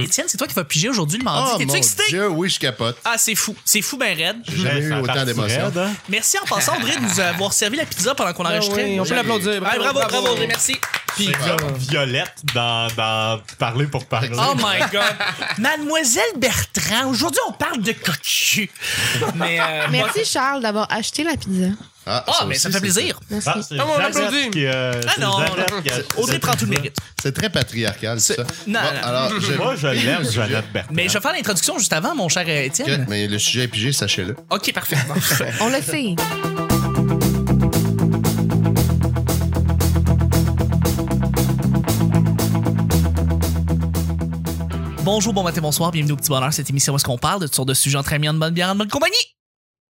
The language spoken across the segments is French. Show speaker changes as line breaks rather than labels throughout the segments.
Étienne, c'est toi qui vas piger aujourd'hui le mardi.
Oh
T'es-tu
mon
excité?
Dieu, oui, je capote.
Ah, c'est fou. C'est fou, ben raide.
J'ai jamais eu autant d'émotions.
hein?
Merci en passant, Audrey, de nous avoir servi la pizza pendant
Ben
qu'on enregistrait.
on peut l'applaudir.
Ouais, bravo, bravo, Audrey, merci.
C'est comme Violette dans, dans Parler pour parler.
Oh my God. Mademoiselle Bertrand, aujourd'hui, on parle de cocu. Mais, euh,
Merci Charles d'avoir acheté la pizza.
Ah,
Ah, mais
aussi,
ça me fait
c'est-
plaisir.
Merci.
Ah, c'est
Ah, on
Jeannette
l'applaudit.
qui, euh,
Ah
c'est
non,
Jeannette
non.
qui a-
Audrey prend tout le mérite.
C'est très patriarcal, tout ça.
Non, non.
alors, je-
Moi, je l'aime, Jeannette Bertrand.
Mais je vais faire l'introduction juste avant, mon cher euh, Étienne.
Mais le sujet est pigé, sachez-le.
OK, parfait.
On le sait.
Bonjour, bon matin, bonsoir, bienvenue au Petit Bonheur, cette émission où est-ce qu'on parle de toutes sortes de sujets entre amis, en bonne bière, en bonne compagnie.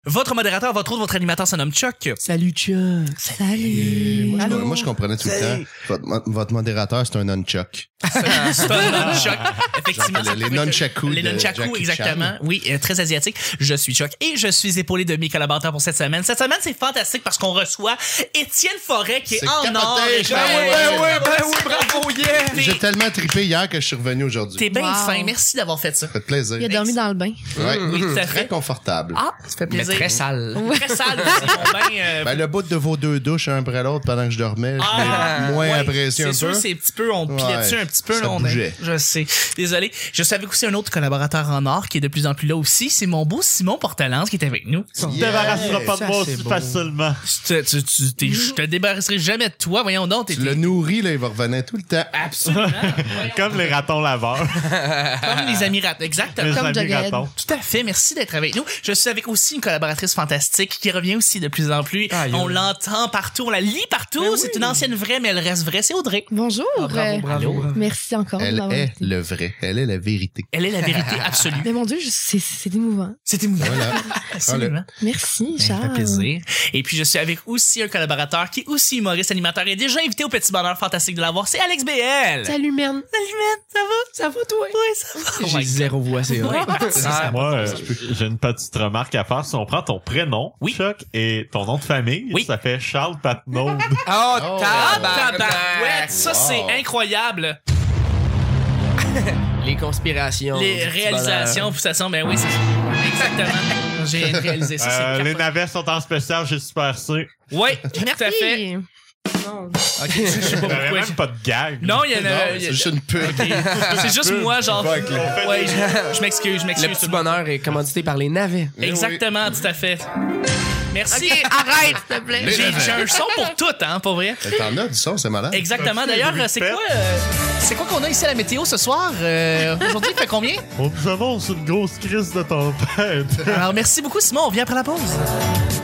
Votre modérateur, votre autre, votre animateur, se nomme Chuck.
Salut, Chuck.
Salut.
Moi, je- moi, je comprenais tout le temps. Votre, mo- votre modérateur, c'est un non-chuck.
C'est un nunchuck, effectivement.
Genre, les- les nunchakus
Les
de Jackie
nunchakus,
Chan.
exactement. Oui, euh, très asiatique. Je suis Chuck et je suis épaulé de mes collaborateurs pour cette semaine. Cette semaine, c'est fantastique parce qu'on reçoit Étienne Forêt qui est,
C'est
en
capoté,
or.
je Ben oui, ben oui,
bravo, yeah.
T'es-
J'ai tellement trippé hier que je suis revenu aujourd'hui.
T'es bien
Wow.
fin. Merci d'avoir fait ça.
Ça fait plaisir.
Il a dormi dans le bain.
Ouais.
Oui, tout à
Très
fait.
confortable.
Ah, ça fait plaisir.
sale.
Très sale. aussi, mon bain, euh,
Ben, le bout de vos deux douches, un après l'autre, pendant que je dormais, je
Ah,
l'ai Ben, moins
ouais,
apprécié un peu.
C'est sûr, c'est un petit peu, on pilait
Ouais,
dessus un petit peu.
ça
là, on
bougeait.
je sais. Désolé. Je suis avec aussi un autre collaborateur en or qui est de plus en plus là aussi. C'est mon beau Simon Portalance qui est avec nous.
Tu te
Yeah.
débarrasseras pas de
Ça,
moi
c'est
aussi
beau.
facilement.
Tu te- tu- tu- t'es- je te débarrasserai jamais de toi. Voyons donc, t'es
Tu le nourris, là, il va revenir tout le temps.
absolument
Comme les ratons laveurs.
comme les amis rats.
les
Exactement.
Comme
amis
Jughead.
ratons.
Tout à fait. Merci d'être avec nous. Je suis avec aussi une collaboratrice fantastique qui revient aussi de plus en plus.
Aïe.
on l'entend partout, on la lit partout. C'est une ancienne vraie, mais elle reste vraie. C'est Audrey.
Bonjour.
Ah,
Euh,
Oh
Merci encore de
Elle
m'avoir
est
invité.
le vrai. Elle est la vérité.
Elle est la vérité absolue.
Mais mon Dieu, je- c'est- c'est émouvant.
C'est émouvant.
Voilà.
Absolument.
Merci
Ben, Ça fait
Charles.
plaisir. Et puis, je suis avec aussi un collaborateur qui est aussi humoriste, animateur et déjà invité au Petit Bonheur Fantastique de l'avoir. C'est Alex BL.
Salut, man.
Salut, man. Ça va? Ça va, toi? Oui, ça va. Oh
J'ai
my
zéro voix, c'est vrai.
God. Ouais.
Ah,
Moi, euh, j'ai une petite remarque à faire. Si on prend ton prénom,
Oui.
Chuck, et ton nom de famille,
Oui.
ça fait Charles Patnaud.
Oh,
Oh,
Ah,
tabarnak.
tabarouette. Ça, c'est
Wow.
incroyable.
Les conspirations.
Les réalisations, vous ça sent, ben oui, c'est Exactement. J'ai réalisé ça.
Euh,
c'est
les
capote.
navets sont en spécial chez Super C.
Ouais, tout à fait.
Merci.
Ok, je sais pas
Il y avait
pourquoi.
même pas de gag.
Non, il y en
Non,
a. il y a-
c'est juste une pute.
C'est juste moi, genre.
Fuck, là.
Ouais, je je m'excuse, je m'excuse.
Le petit bonheur est commandité par les navets.
Exactement, tout à fait. Merci.
Arrête, s'il te plaît.
Les
J'ai
navets.
j'ai un son pour tout, hein, pour vrai.
T'en as du son, c'est malade.
Exactement. D'ailleurs,
bruits de
c'est
fête.
quoi, euh, c'est quoi qu'on a ici à la météo ce soir? Euh, Aujourd'hui, il fait combien?
On nous annonce une grosse crise de tempête.
Alors, merci beaucoup, Simon. On vient après la pause.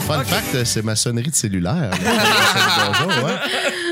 Fun fact, c'est ma sonnerie de cellulaire. là. Bonjour, ouais.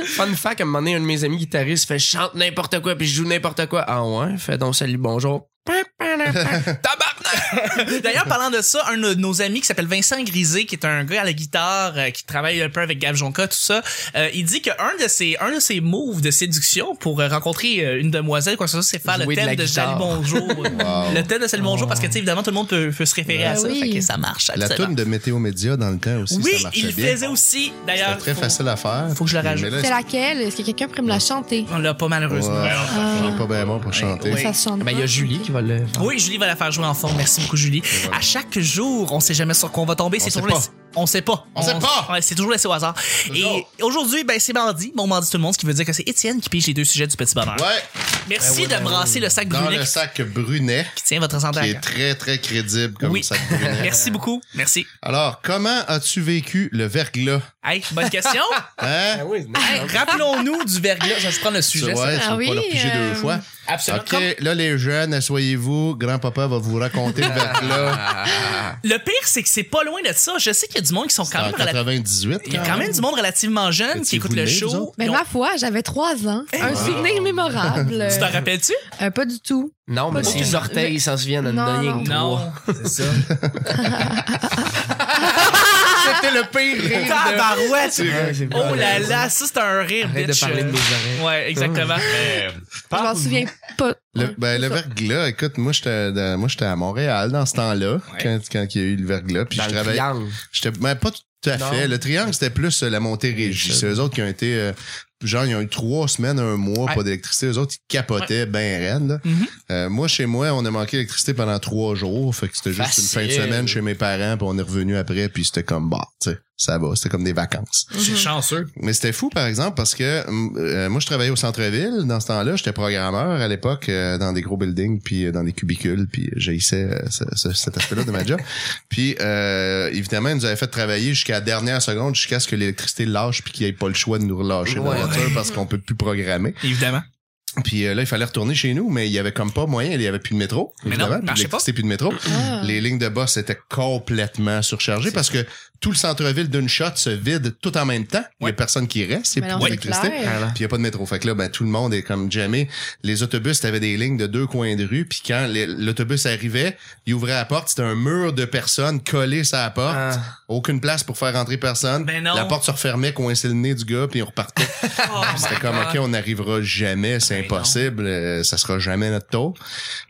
Fun fact, à un moment donné, un de mes amis guitaristes fait je chante n'importe quoi puis je joue n'importe quoi. Ah ouais, fais donc salut, bonjour. Tabarnak!
D'ailleurs, parlant de ça, un de nos amis qui s'appelle Vincent Grisé, qui est un gars à la guitare, euh, qui travaille un peu avec Gab Jonca, tout ça, euh, il dit qu'un de ses, un de ses moves de séduction pour euh, rencontrer euh, une demoiselle, quoi que ce soit, c'est faire le
Jouer de
thème
la
de, Salut
guitare.
Bonjour. Le thème de Salut Bonjour, parce que, tu sais, évidemment, tout le monde peut, peut se référer à ça.
oui.
Fait que ça marche.
La
absolument.
toune de Météo Média dans le temps aussi,
Oui,
ça marchait
il le
bien.
faisait aussi. D'ailleurs,
C'était très
faut-
facile à faire.
faut que je le rajoute.
Mais là,
C'est laquelle? Est-ce que quelqu'un pourrait me la chanter?
on l'a pas malheureusement.
Ouais,
Ah.
on est pas bien bon pour chanter.
oui.
Ça se chante.
Ben, il y a
pas.
Julie qui va le.
Ah.
Oui, Julie va la faire jouer en forme. Merci beaucoup, Julie. À chaque jour, on sait jamais sur quoi on va tomber. C'est
On sait
toujours
pas.
laissé- On sait pas.
On sait pas.
Ouais, c'est toujours laissé au hasard.
Toujours.
Et aujourd'hui, ben, c'est mardi. Bon mardi tout le monde, ce qui veut dire que c'est Étienne qui pige les deux sujets du petit bonheur.
Ouais, Ben
Merci de brasser le sac
dans
brûlé
le
qui
sac Brunet,
qui tient votre santé à
qui est
cœur.
très, très crédible comme
Oui.
sac Brunet.
Merci beaucoup. Merci.
Alors, comment as-tu vécu le verglas?
Hey, bonne question.
Hein?
Ben oui,
Hey, Rappelons-nous du verglas. Je je prends le
Tu
sujet.
vois,
ça.
tu
Ah Ah
vas
oui,
pas le piger
euh,
deux fois.
Absolument.
OK, là, les jeunes, asseyez-vous. Grand-papa va vous raconter le verglas.
Le pire, c'est que c'est pas loin de ça. Je sais qu'il y a du monde qui sont quand
en
même relati-
98.
Il y a quand même du monde relativement jeune qui
Étiez-vous
écoute le
nés, vous
show.
autres?
Mais
Ils ont-
Ben, ma foi, j'avais trois ans. Un souvenir mémorable.
Tu t'en rappelles-tu?
Euh, Pas du tout.
Non, mais
Pas
ses
du-
orteils ils s'en souviennent à une
Non,
donnée que trois.
c'est ça.
C'était le pire rire
Tabarouette!
de...
Oh là là, ça c'est un rire,
Arrête de
bitch. euh,
parler de mes oreilles.
Ouais, exactement.
Euh,
Je m'en
parle-
souviens pas.
Le, ben, le
ça.
verglas, écoute, moi, j'étais dans- moi, j'étais à Montréal dans ce temps-là, quand, quand il y a eu le verglas. Puis
Dans
je
le
travaillais.
triangle.
J'étais, mais pas tout à
Non.
fait. Le triangle, c'était plus euh, la Montérégie. C'est eux autres qui ont été euh, genre, ils ont eu trois semaines, un mois,
Ouais.
pas d'électricité. Eux autres, ils capotaient ben raide. là.
Mhm.
Euh, moi, chez moi, on a manqué d'électricité pendant trois jours. Fait que c'était juste une fin de
Facile.
semaine chez mes parents, puis on est revenu après, puis c'était comme, bah, tu sais, ça va. C'était comme des vacances.
C'est chanceux.
Mais c'était fou, par exemple, parce que hum, euh, moi, je travaillais au centre-ville. Dans ce temps-là, j'étais programmeur à l'époque euh, dans des gros buildings, puis euh, dans des cubicules, puis j'haïssais euh, ce- ce- cet aspect-là de ma job. Puis, euh, évidemment, ils nous avaient fait travailler jusqu'à la dernière seconde, jusqu'à ce que l'électricité lâche, puis qu'il n'y ait pas le choix de nous relâcher dans
Ouais.
la voiture parce qu'on peut plus programmer.
Évidemment.
Puis euh, là, il fallait retourner chez nous, mais il y avait comme pas moyen, il y avait plus de métro.
Mais non,
évidemment, plus
marchait
d'électricité, plus de métro.
Ah.
Les lignes de bus étaient complètement surchargées parce que tout le centre-ville d'une shot se vide tout en même temps. Il y
Ouais.
a personne qui reste, il y
Mais
a
non,
plus
c'est
d'électricité.
clair.
Voilà.
Puis il n'y a pas de métro. Fait que là, ben, tout le monde est comme jamais. Les autobus, t'avais des lignes de deux coins de rue. Puis quand les- l'autobus arrivait, il ouvrait la porte. C'était un mur de personnes collées à la porte.
Ah.
Aucune place pour faire rentrer personne.
Ben non.
La porte se refermait, coinçait le nez du gars, puis on repartait.
Oh
C'était comme, OK, on n'arrivera jamais, c'est
Ben
impossible, euh, ça sera jamais notre tour.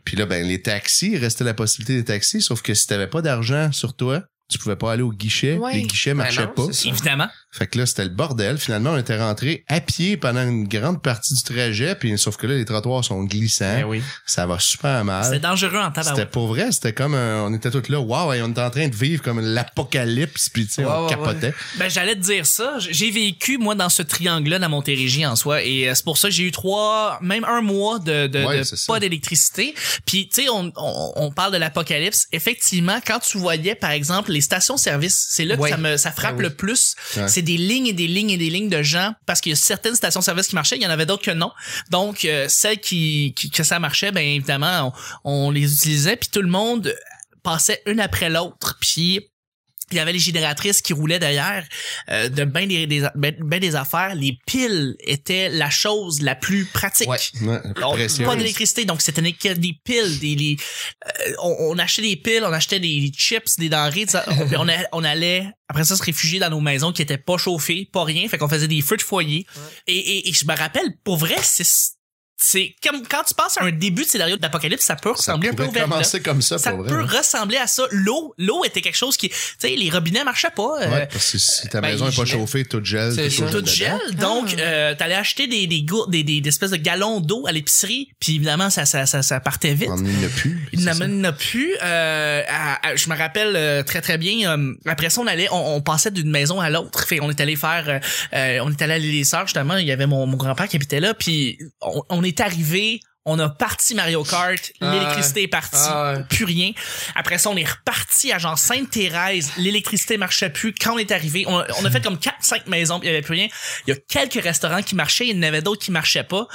Puis là, ben, les taxis, il restait la possibilité des taxis, sauf que si t'avais pas d'argent sur toi, tu pouvais pas aller au guichet,
Ouais.
les guichets
Ben
marchaient
non,
pas.
c'est ça.
Évidemment.
Fait que là, c'était le bordel. Finalement, on était rentré à pied pendant une grande partie du trajet, puis sauf que là, les trottoirs sont glissants,
Ben oui.
ça va super
C'était
mal.
dangereux en
Ah. C'était
tabarouette.
pour vrai, c'était comme un- on était tous là, waouh, on était en train de vivre comme l'apocalypse, puis tu sais,
Ouais,
on
ouais,
capotait.
Ben, j'allais te dire ça. J- J'ai vécu, moi, dans ce triangle-là, dans Montérégie, en soi. Et euh, c'est pour ça que j'ai eu trois, même un mois de, de,
Ouais,
de
c'est ça.
pas d'électricité. Puis, tu sais, on, on, on parle de l'apocalypse. Effectivement, quand tu voyais, par exemple, les stations-service, c'est là que
Ouais.
ça me, ça frappe
Ah oui.
le plus.
Ouais.
C'est des lignes et des lignes et des lignes de gens. Parce qu'il y a certaines stations-service qui marchaient, il y en avait d'autres que non. Donc, euh, celles qui, qui- que ça marchait, ben, évidemment, on, on les utilisait. Puis tout le monde passait une après l'autre. Puis, il y avait les génératrices qui roulaient derrière euh, de ben des, des- ben, ben des affaires. Les piles étaient la chose la plus pratique.
Ouais.
Ouais,
On-
précieuse.
pas d'électricité, donc c'était des des piles, des, les- euh, on, on achetait des piles, on achetait des chips, des denrées, tout ça. Puis on, a- on allait après ça se réfugier dans nos maisons qui étaient pas chauffées, pas rien, fait qu'on faisait des feux de foyer. Et, et, et je me rappelle, pour vrai, c'est c'est comme quand tu passes à un début de scénario d'apocalypse, ça peut
Ça
ressembler un peu au
pouvait
Vermina
commencer comme ça,
ça
pour vrai. hein.
peut
ouais.
ressembler à ça. L'eau, l'eau était quelque chose qui, tu sais, les robinets marchaient pas. euh,
Ouais, parce que si ta
ben,
maison est pas
je-
chauffée, tout gèle.
C'est
tout
ça.
gèle
tout gel, donc euh, t'allais acheter des des, gourdes, des des des espèces de galons d'eau à l'épicerie, puis évidemment ça ça ça, ça partait vite.
dedans. Il n'a plus.
Il
Ah, c'est
n'en-
ça.
il n'a plus. euh, à- à- je me rappelle euh, très très bien. euh, après ça, on allait, on, on passait d'une maison à l'autre. Fait, on est allé faire, euh, euh, on est allé à l'île des Sœurs justement. Il y avait mon, mon grand-père qui habitait là. Puis on, on est arrivé, on a parti Mario Kart,
Ah
l'électricité est partie,
Ah ouais.
plus rien. Après ça, on est reparti à genre Sainte-Thérèse, l'électricité marchait plus. Quand on est arrivé, on, on a fait comme 4-5 maisons, puis il y avait plus rien. Il y a quelques restaurants qui marchaient, il y en avait d'autres qui marchaient pas.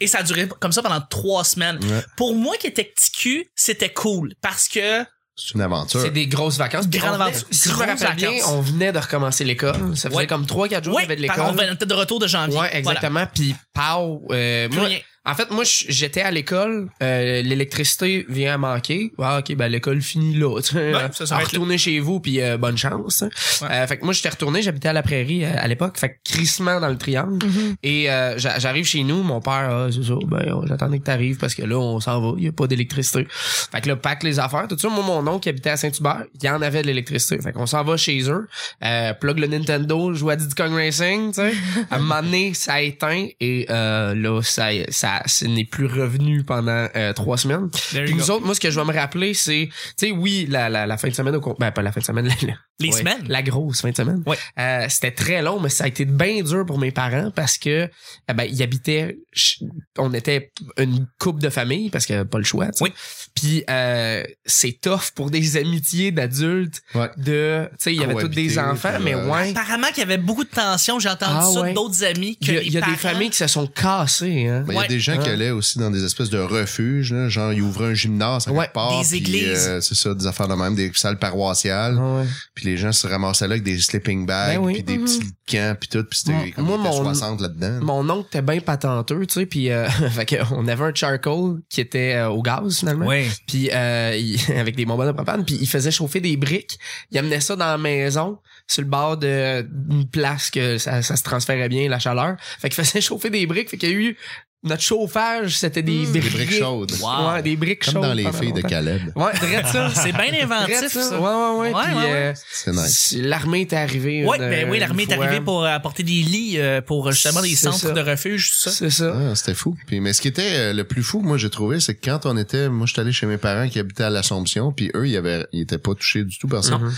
Et ça a duré comme ça pendant trois semaines.
Ouais.
Pour moi qui étais petit cul, c'était cool parce que
C'est une aventure.
C'est des grosses vacances. Puis
Grande
on venait-
aventure.
Si je me
Grosses
rappelle bien,
vacances.
on venait de recommencer l'école. Ça faisait
Ouais.
comme 3-4 jours qu'on
ouais,
avait de
par- on
l'école.
venait peut-être de retour de janvier.
Ouais, exactement. Puis, pow, euh,
Plus
moi,
rien.
en fait, moi, je- j'étais à l'école, euh, l'électricité vient à manquer. Ah, ok, ben l'école finit là. tu sais.
Ouais, ça, ça va être
retournez chez vous, puis euh, bonne chance. Euh, fait que moi, j'étais retourné, j'habitais à la prairie euh, à l'époque, fait que crissement dans le triangle.
Mm-hmm.
Mhm.
Et euh, j'a- j'arrive chez nous, mon père, ah, c'est ça, ben on- j'attendais que t'arrives parce que là, on s'en va, il y a pas d'électricité. Fait que là, pack les affaires. Tout ça, moi, mon oncle qui habitait à Saint-Hubert, il y en avait de l'électricité. Fait qu'on s'en va chez eux, euh, plug le Nintendo, joue à Diddy Kong Racing, tu sais. à un moment donné, ça a éteint et euh, là, ça, ça, ce n'est plus revenu pendant euh, trois semaines.
There
Puis
you
nous
go.
autres, moi, ce que je vais me rappeler, c'est, tu sais, oui, la, la, la fin de semaine au com- ben, pas la fin de semaine, la- la-
Les
ouais,
semaines.
La grosse fin de semaine.
Ouais.
Euh, c'était très long, mais ça a été bien dur pour mes parents parce que, eh ben, ils habitaient, ch- on était une couple de famille parce que pas le choix, tu sais.
Oui.
Puis, euh, c'est tough pour des amitiés d'adultes
Ouais.
de, tu sais, il y avait tous des
Cohabiter,
enfants,
puis,
mais
euh,
ouais.
Apparemment qu'il y avait beaucoup de tensions. J'ai entendu
Ah
ça
ouais.
d'autres amis. que
Il y a,
les
il y a des
parents-
familles qui se sont cassées, hein.
Mais Ben, il y
Ouais.
a des gens qui
Ah.
allaient aussi dans des espèces de refuges, là, genre ils ouvraient un gymnase à
Ouais,
quelque part,
des
puis,
églises.
euh, c'est ça, des affaires de même, des salles paroissiales,
Ouais.
puis les gens se ramassaient là avec des sleeping bags,
Ah. Ben oui.
puis des
Mhm.
petits camps, puis tout, puis
Moi-
c'était comme
moi,
il était
mon-
60 là-dedans.
Mon oncle était bien patenteux, tu sais, puis euh, fait que on avait un charcoal qui était euh, au gaz finalement,
Ouais.
puis euh, il- avec des bonbonnes de propane, puis il faisait chauffer des briques, il amenait ça dans la maison sur le bord de- d'une place que ça, ça se transférait bien la chaleur, fait qu'il faisait chauffer des briques, fait qu'il y a eu notre chauffage, c'était des
Des
briques.
briques chaudes.
Wow.
Ouais, des briques
Comme
chaudes.
dans les
pendant
filles de
longtemps.
Caleb.
Ouais, drette ça.
C'est bien inventif,
Drette ça.
ça.
Ouais, ouais, ouais.
Ouais,
Puis,
ouais, ouais.
euh,
C'est nice.
si l'armée est arrivée.
Ouais,
une-
ben oui,
une
l'armée est
fois.
arrivée pour euh, apporter des lits euh, pour justement des
C'est
centres
ça.
de refuge, tout ça.
C'est ça.
Ah, c'était fou. Puis, mais ce qui était euh, le plus fou, moi, j'ai trouvé, c'est que quand on était, moi, j'étais allé chez mes parents qui habitaient à l'Assomption, puis eux, ils avaient, ils étaient pas touchés du tout par ça.
Mhm.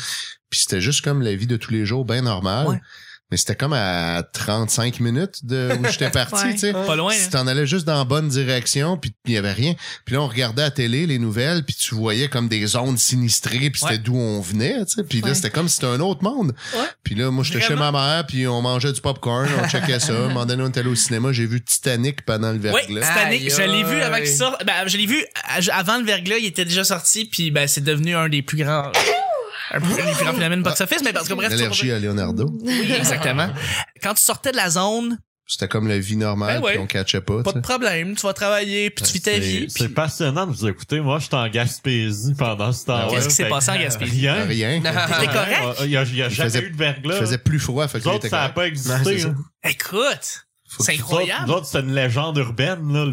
Puis c'était juste comme la vie de tous les jours, bien normal.
Ouais.
Mais c'était comme à 35 minutes de où j'étais parti,
Ouais.
tu sais.
Pas loin.
Si
hein.
t'en allais juste dans la bonne direction, puis il y avait rien. Puis là, on regardait à la télé les nouvelles, puis tu voyais comme des zones sinistrées, puis
Ouais.
c'était d'où on venait, tu sais. Puis là,
Ouais.
c'était comme si c'était un autre monde.
Ouais.
Puis là, moi, j'étais chez ma
Vraiment.
mère, puis on mangeait du popcorn, on checkait ça. Un moment donné, on est allé au cinéma, j'ai vu Titanic pendant le
Oui,
verglas.
hein. Titanic,
Aïe,
je l'ai vu avant
aïe.
qu'il sorte. Ben, je l'ai vu à- avant le verglas, il était déjà sorti, puis ben, c'est devenu un des plus grands, un plus- un des plus grands phénomènes box-office, mais parce que bref, tu
L'allergie à Leonardo.
Oui, exactement. Quand tu sortais de la zone,
C'était comme la vie normale,
Ben ouais.
puis on catchait pas,
pas
tu
de problème, tu vas travailler, puis tu vis ta
Ah, C'est-
vie.
C'est
puis-
passionnant de vous écouter. Moi, j'étais en Gaspésie pendant ce temps-là.
Qu'est-ce qui s'est
Fait
passé en
que
Gaspésie?
sais.
Rien.
Rien.
T'étais correct?
Il y a, il y a
Il
jamais
faisait-
eu de verglas.
Il faisait plus froid, fait
Nous
qu'il
autres,
était
ça n'a
correct.
pas
Ouais,
existé.
c'est
là.
Écoute,
Faut-
c'est
Nous autres-
incroyable.
Nous autres, c'était une légende urbaine, là, le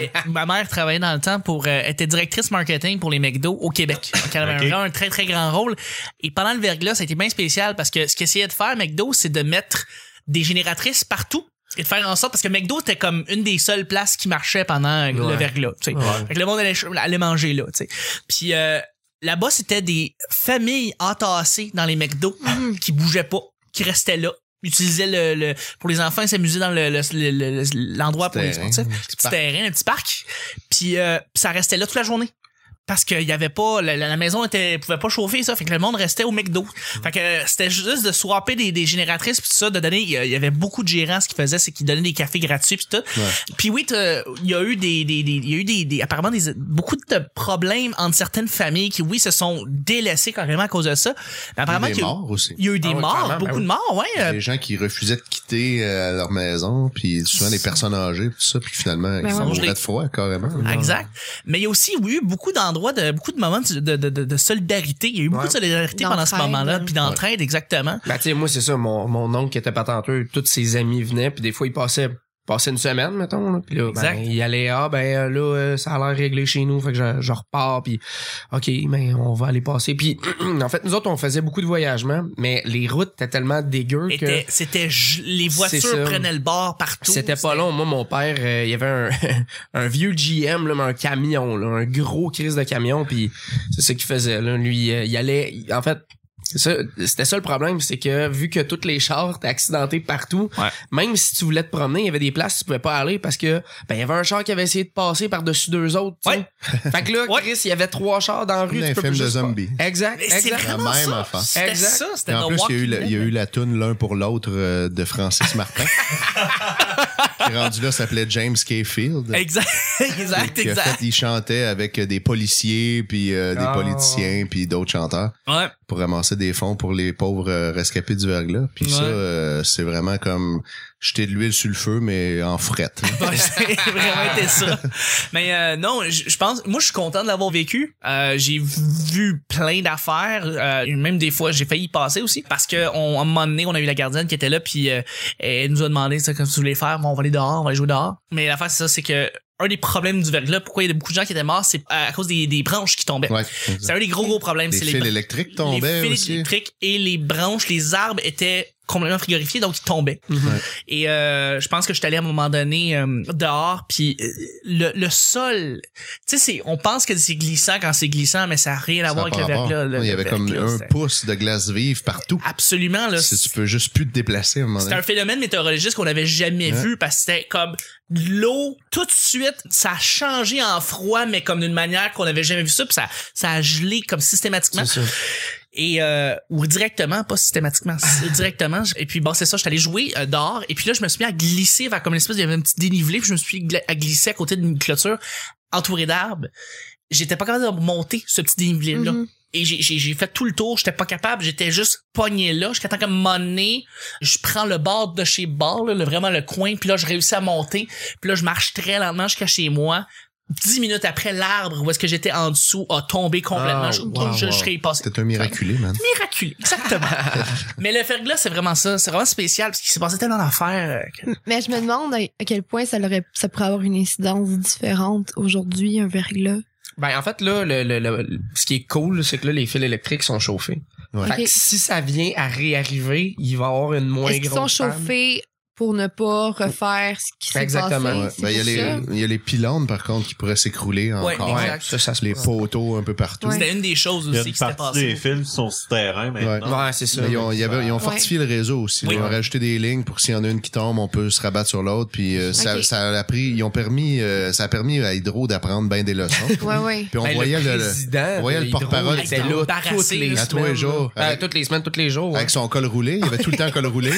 Et Ma mère travaillait dans le temps pour euh, était directrice marketing pour les McDo au Québec. Donc, elle avait
Ok.
un, grand- un très très grand rôle. Et pendant le verglas, ça a été bien spécial parce que ce qu'essayait de faire McDo, c'est de mettre des génératrices partout et de faire en sorte parce que McDo c'était comme une des seules places qui marchait pendant euh, le
Ouais.
verglas. tu sais.
Ouais.
Fait que le monde allait, ch- allait manger là. tu sais. Puis euh, là-bas, c'était des familles entassées dans les McDo qui bougeaient pas, qui restaient là. Utilisaient le, le- pour les enfants, ils s'amusaient dans le- le- le- le- l'endroit pour les
Terrain,
sportifs
petit
petit
parc.
terrain, un petit parc. Puis euh, ça restait là toute la journée. Parce qu'il y avait pas, la, la maison était, pouvait pas chauffer, ça. Fait que le monde restait au McDo. Fait que euh, c'était juste de swapper des, des génératrices puis tout ça, de donner, il y a- il y avait beaucoup de gérants, ce qu'ils faisaient, c'est qu'ils donnaient des cafés gratuits puis tout. Puis oui, t'as- il y a eu des, des, des- il y a eu des, des- apparemment des, beaucoup de problèmes entre certaines familles qui, oui, se sont délaissées carrément à cause de ça. Mais apparemment,
Des
qu'il y a eu-
morts aussi.
il y a eu des
Ah oui,
morts,
clairement, ben
beaucoup
oui.
de morts, ouais. euh,
des gens qui refusaient de quitter euh, leur maison, puis souvent des personnes âgées, tout ça, puis finalement,
Ben
ils
ouais.
sont
Congelés.
mouraient de froid, carrément.
Exact. Mais il y a aussi eu beaucoup d'endroits, de, beaucoup de moments de, de, de- de solidarité. Il y a eu beaucoup
Ouais.
de solidarité pendant ce
D'entraide.
moment-là, puis d'entraide, exactement.
Bah, tu sais, moi, c'est ça. Mon, mon oncle qui était patenteux, tous ses amis venaient, puis des fois, il passait passait une semaine mettons là. puis là ben,
Exact.
il allait ah ben euh, là euh, ça a l'air réglé chez nous fait que je, je repars puis OK mais on va aller passer puis en fait nous autres on faisait beaucoup de voyagements mais les routes étaient tellement dégueu que
Était- C'était, ju- les
C'est ça.
voitures prenaient le bord partout.
C'était pas long. Moi, mon père, euh, il y avait un, un vieux GM, là, mais un camion, là, un gros crise de camion, puis c'est ce qu'il faisait. Là. Lui, euh, il allait... il- en fait, c'est ça, c'était ça le problème, c'est que vu que toutes les chars étaient accidentés partout,
Ouais.
même si tu voulais te promener, il y avait des places où tu pouvais pas aller parce que ben il y avait un char qui avait essayé de passer par-dessus deux autres. tu
Ouais.
sais. fait que là,
Ouais.
Chris, il y avait trois chars dans la rue.
Comme
tu
dans
peux
les
plus
films de
juste pas-
zombies.
Exact,
Mais c'est
exact.
vraiment
La même
ça.
affaire.
C'était
Exact.
ça,
Et
c'était The
en plus, il y a eu,
Walking
la, il y a eu la toune l'un pour l'autre euh, de Francis Martin, qui rendu là s'appelait James K. Field.
Dead. Exact, exact,
Puis, qui a
exact.
fait, il chantait avec euh, des policiers, puis euh, des
Ah.
politiciens, puis d'autres chanteurs
Ouais.
pour ramasser des fonds pour les pauvres euh, rescapés du verglas. Puis ça,
Ouais.
euh, c'est vraiment comme jeter de l'huile sur le feu, mais en frette.
Ouais, c'est vraiment été ça. Mais euh, non, je je pense, moi je suis content de l'avoir vécu. Euh, j'ai vu plein d'affaires, euh, même des fois j'ai failli y passer aussi parce que on, à un moment donné on a eu la gardienne qui était là puis euh, elle nous a demandé ça comme tu voulais faire, bon, on va aller dehors, on va aller jouer dehors. Mais l'affaire c'est ça, c'est que un des problèmes du verglas, pourquoi il y a beaucoup de gens qui étaient morts, c'est euh, à cause des, des branches qui tombaient.
Ouais.
C'est un des gros gros problèmes,
Les
c'est
fils
les,
électriques tombaient
les fils
aussi.
électriques et les branches, les arbres étaient complètement frigorifiés, donc ils tombaient.
Ouais.
Et euh, je pense que je suis allé à un moment donné euh, dehors, puis euh, le, le sol, tu sais, c'est- on pense que c'est glissant quand c'est glissant, mais ça n'a rien à
Ça
voir
a
avec
pas
le
rapport.
verglas. le-
Il y
le
avait comme
verglas,
un
c'est-
pouce de glace vive partout.
Absolument, là.
Si tu peux juste plus te déplacer à un moment
C'est
donné.
un phénomène météorologique qu'on n'avait jamais
Ouais.
vu parce que c'était comme l'eau tout de suite, ça a changé en froid mais comme d'une manière qu'on n'avait jamais vu ça, puis ça ça a gelé comme systématiquement. Et euh, ou directement, pas systématiquement, c'est directement. Et puis bon, c'est ça, j'étais allé jouer euh, dehors et puis là je me suis mis à glisser vers comme une espèce il y avait un petit dénivelé, puis je me suis mis gla- à glisser à côté d'une clôture entourée d'arbres. J'étais pas capable de monter ce petit dénivelé là
Mm-hmm.
Mhm.
et j'ai, j'ai, j'ai fait tout le tour, j'étais pas capable, j'étais juste pogné là, jusqu'à temps qu'à un moment donné, je prends le bord de chez bord, là, le- vraiment le coin, puis là, je réussis à monter, puis là, je marche très lentement jusqu'à chez moi, dix minutes après, l'arbre où est-ce que j'étais en dessous a tombé complètement.
Ah,
je,
wow,
je- je
wow.
serais passé.
C'était un miraculé, man.
Miraculeux, exactement. Mais le fer glace, c'est vraiment ça. C'est vraiment spécial parce qu'il s'est passé tellement d'affaires. euh, que-
Mais je me demande à à quel point ça, l'aurait- ça pourrait avoir une incidence différente aujourd'hui, un verglas.
Ben, en fait, là, le, le- le- ce qui est cool, c'est que là, les fils électriques sont chauffés.
Ouais.
Fait
Ok.
que si ça vient à réarriver, il va y avoir une moins
Est-ce qu'ils sont
grosse panne.
chauffés pour ne pas refaire ce qui s'est
Exactement.
passé?
Ouais.
C'est
Ben, il y a
pour ça?
les, il y a les pylônes, par contre, qui pourraient s'écrouler
Ouais,
encore.
exact.
Ouais, ça, ça se
Les
peut.
poteaux un peu partout.
Ouais.
C'était une des choses
Il y a
aussi
une
qui s'était
partie des
passée.
films qui sont souterrains maintenant.
Ouais, c'est ça.
Mais Ils ont, il y avait- ils ont
Ouais.
fortifié le réseau aussi. là.
Oui.
Ils ont rajouté des lignes pour que s'il y en a une qui tombe, on peut se rabattre sur l'autre. Puis euh, ça,
Ok.
ça a pris, ils ont permis, euh, ça a permis à Hydro d'apprendre bien des leçons.
Ouais, ouais.
Puis on
Ben,
voyait
le
le-
président,
on voyait le
de Hydro
porte-parole
était
qui était
là
embarrassé,
toutes les
là.
À tous les
semaines,
jours.
là. Ben,
Avec-
toutes les semaines, tous les jours. ouais.
avec son col roulé, il avait tout le temps col roulé,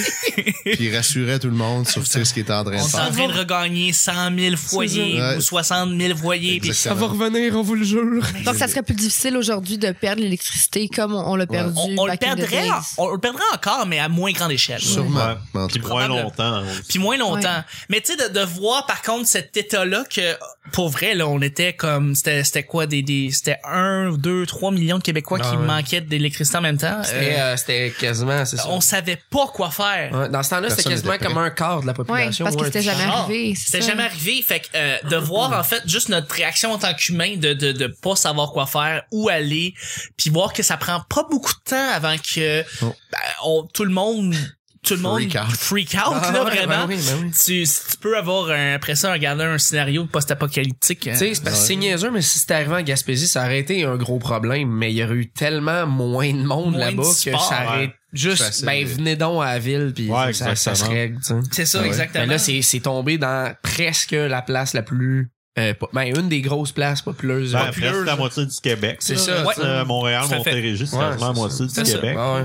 puis il rassurait tout le monde sur tu sais, ce qu'il était en train
On
de
est en
faire.
train de regagner 100 000 foyers
Ouais.
ou 60 000 foyers. puis
Exactement.
revenir, on vous le jure.
Donc, ça serait plus difficile aujourd'hui de perdre l'électricité comme on, on l'a perdu.
on, on le
back in the
perdrait,
days.
en- on le perdrait encore, mais à moins grande échelle.
Sûrement.
Ouais.
En
Puis
tout cas.
moins
Probable.
longtemps. aussi.
Puis moins longtemps. Mais tu sais, de, de voir par contre cet état-là que, pour vrai, là, on était comme, c'était c'était quoi, des, des c'était un, deux, trois millions de Québécois
Ah
qui
ouais.
manquaient d'électricité en même temps.
C'était
Euh,
euh, c'était quasiment, c'est ça.
on savait pas quoi faire.
Ouais, Dans ce temps-là, c'était
Personne
quasiment
n'était
comme un quart de la
Ouais,
population.
parce que
ouais,
c'était
un
jamais
genre.
arrivé. c'est
C'était
ça.
jamais arrivé. Fait que euh, de voir en fait juste notre réaction en tant qu'humain, de, de de pas savoir quoi faire, où aller, puis voir que ça prend pas beaucoup de temps avant que
Oh.
Non.
ben, on, tout le monde tout le monde
Freak out.
freak
petit-
out
Ah,
là
ouais, ben
vraiment.
oui, ben oui.
Tu, si tu peux avoir un, après ça regarder un scénario post-apocalyptique. hein.
Tu sais, c'est parce que c'est niaiseux, mais si c'était arrivé en Gaspésie, ça aurait été un gros problème, mais il y aurait eu tellement moins de monde
Moins
là-bas
de
que
sport,
ça aurait
ouais.
juste,
Facile.
ben, venez donc à la ville, puis
Ouais,
ça, ça se
exactement.
règle, tu sais.
C'est ça
Ah ouais.
exactement.
Mais là, c'est c'est tombé dans presque la place la plus, euh, pop- ben, une des grosses places populeuses.
Ben,
Popu-
après, c'est la moitié du Québec.
C'est
là.
ça,
Ouais.
C'est, euh, Montréal,
Tout à fait.
Montérégie, c'est
Ouais,
quasiment la
c'est
moitié du
C'est ça.
Québec.
Ah ouais.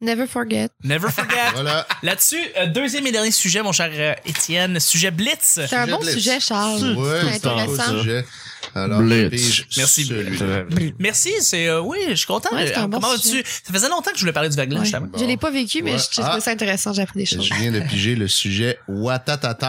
Never forget.
Never forget.
Voilà.
Là-dessus, euh, deuxième et dernier sujet, mon cher euh, Étienne, sujet blitz.
C'est un
Sujet
bon
de liste.
sujet, Charles.
Ouais,
C'est intéressant.
beau sujet. Alors,
Blitz.
pige
Merci, Euh,
celui-là.
Merci, c'est euh, oui, je suis content.
Ouais, c'est un bon
Comment
sujet.
vas-tu? Ça faisait longtemps que je voulais parler du vague
Ouais.
justement.
Je l'ai pas vécu, mais
Ouais.
je je trouvais ça intéressant. J'ai appris des choses.
Je viens de piger le sujet Watatata.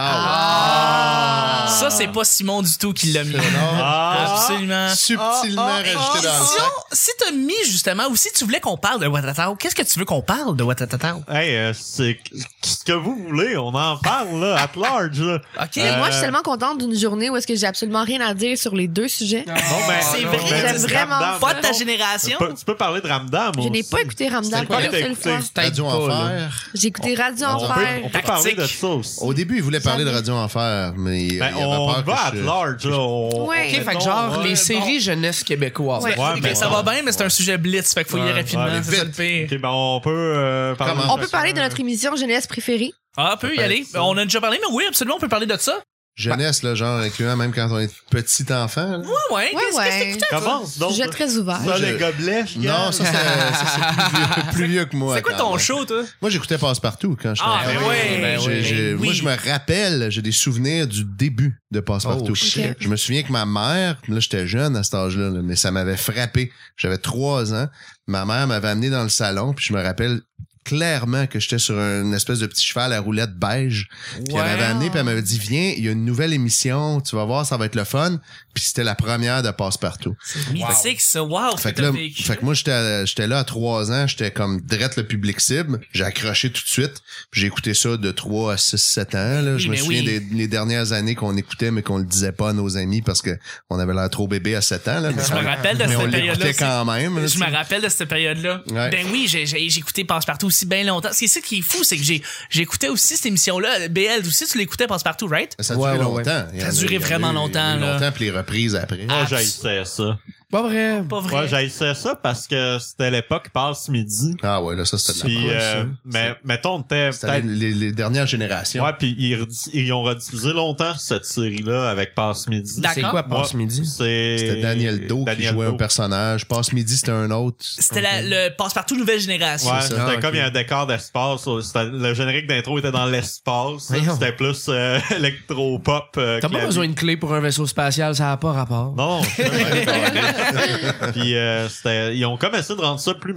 Ah.
Ça, c'est pas Simon du tout qui l'a mis.
Non,
Ah.
Absolument.
subtilement
Ah,
rajouté dans le
si,
sac.
on- si t'as mis justement, ou si tu voulais qu'on parle de Watatata, qu'est-ce que tu veux qu'on parle de Watatata?
Hey, euh, c'est ce que vous voulez, on en parle, là, at large, là.
OK?
Et
Euh,
moi, je suis tellement contente d'une journée où est-ce que j'ai absolument rien à dire sur les deux sujets.
Bon, ben,
C'est
bon,
vrai,
ben,
j'aime
vraiment
Ramdam,
pas de ta
mettons, tu
génération.
peux- Tu peux parler de Ramdam
Je n'ai
aussi.
pas écouté Ramdam
C'est
pour
quoi
une
que t'as
seule fois.
écouté?
Peut-être
Radio
pas, là.
Enfer.
J'ai écouté Radio
On peut, on
Enfer.
peut parler
Tactique.
de ça aussi.
Au début, il voulait parler de
Jamais.
Radio Enfer, mais Oh, il,
Ben,
il avait
on
peur
va
que
at
je-
large, là. on-
Ouais.
on-
Ok,
fait que
non,
genre,
ouais,
les
non.
séries jeunesse québécoises.
Ouais,
Ouais,
ok,
Ah, mais
ça
bon.
va bien, mais c'est un sujet blitz, fait qu'il faut y
Ouais,
aller rapidement,
ouais,
c'est ça le pire.
Ok, ben, on peut euh, parler.
Comment?
On peut parler de notre émission jeunesse préférée.
Ah, on peut y
Peut-être
aller.
ça.
On a déjà parlé, mais oui, absolument, on peut parler de ça.
Jeunesse, là, genre, incluant même quand on est petit enfant. là.
Ouais, ouais,
Ouais,
qu'est-ce que
ouais.
t'écoutais, toi?
Commence donc.
Sujet très ouvert.
Ça,
Je-
les gobelets, je
Non, ça, c'est ça, c'est plus, vieux, plus vieux que moi.
C'est quoi
quand
ton
même.
show, toi?
Moi, j'écoutais Passe-Partout quand j'étais
Ah,
enfant.
ben ouais, ben
J'ai-
ouais,
j'ai-
ben
Moi,
oui.
je me rappelle, j'ai des souvenirs du début de Passe-Partout.
Oh,
shit. Ok.
Je me souviens que ma mère, là, j'étais jeune à cet âge-là, là, mais ça m'avait frappé. J'avais trois ans. Ma mère m'avait amené dans le salon, puis je me rappelle clairement que j'étais sur une espèce de petit cheval à roulette beige. Puis elle m'avait amené, puis elle m'avait dit, viens, il y a une nouvelle émission, tu vas voir, ça va être le fun. Puis c'était la première de Passe-Partout.
Mythique, ça, wow,
Fait que,
t'as
là,
vécu.
fait que moi, j'étais à- j'étais là à trois ans, j'étais comme drette le public cible. J'ai accroché tout de suite. Puis J'ai écouté ça de 3 à 6, 7 ans. Là.
Oui,
je me
mais
souviens
oui.
des, les dernières années qu'on écoutait, mais qu'on le disait pas à nos amis parce que on avait l'air trop bébé à 7 ans. Là, mais
Je me rappelle de
mais on
cette période-là.
l'écoutait quand même. là,
Je
tu
me
sais.
rappelle de cette période-là.
Ouais.
Ben oui, j'ai j'ai- j'ai écouté Passe-Partout aussi bien longtemps. C'est ça qui est fou, c'est que j'ai j'écoutais aussi cette émission-là. BL aussi, tu l'écoutais Passe-Partout, right?
Ça a
Ouais,
duré
ouais,
longtemps. Il y
Ça a
en
duré
il y en
vraiment
eu- il y en a eu
longtemps, là.
longtemps, puis les reprises après.
Moi, j'haïssais ça.
Pas vrai.
Pas vrai.
Moi, j'haïssais ça parce que c'était l'époque passe midi.
Ah ouais, là, ça, c'était de la
Puis,
merde.
euh, mais mettons, on était
C'était
peut-être.
les, les dernières générations.
Ouais, puis ils, redis- ils ont rediffusé longtemps cette série-là avec passe midi.
D'accord.
C'est quoi,
Moi,
passe midi?
C'est
C'était Daniel Do qui
Daniel
jouait un
Do.
personnage. Passe midi, c'était un autre.
C'était la- le Passe-Partout Nouvelle Génération.
Ouais,
ça.
c'était
Ah,
comme
ok.
il y a un décor d'espace. euh, c'était- Le générique d'intro était dans l'espace.
Voyons.
C'était plus euh, électro-pop. euh,
T'as pas
clavier.
besoin d'une clé pour un vaisseau spatial, ça a pas rapport.
Non,
Ouais,
Puis euh, c'était- ils ont comme essayé de rendre ça plus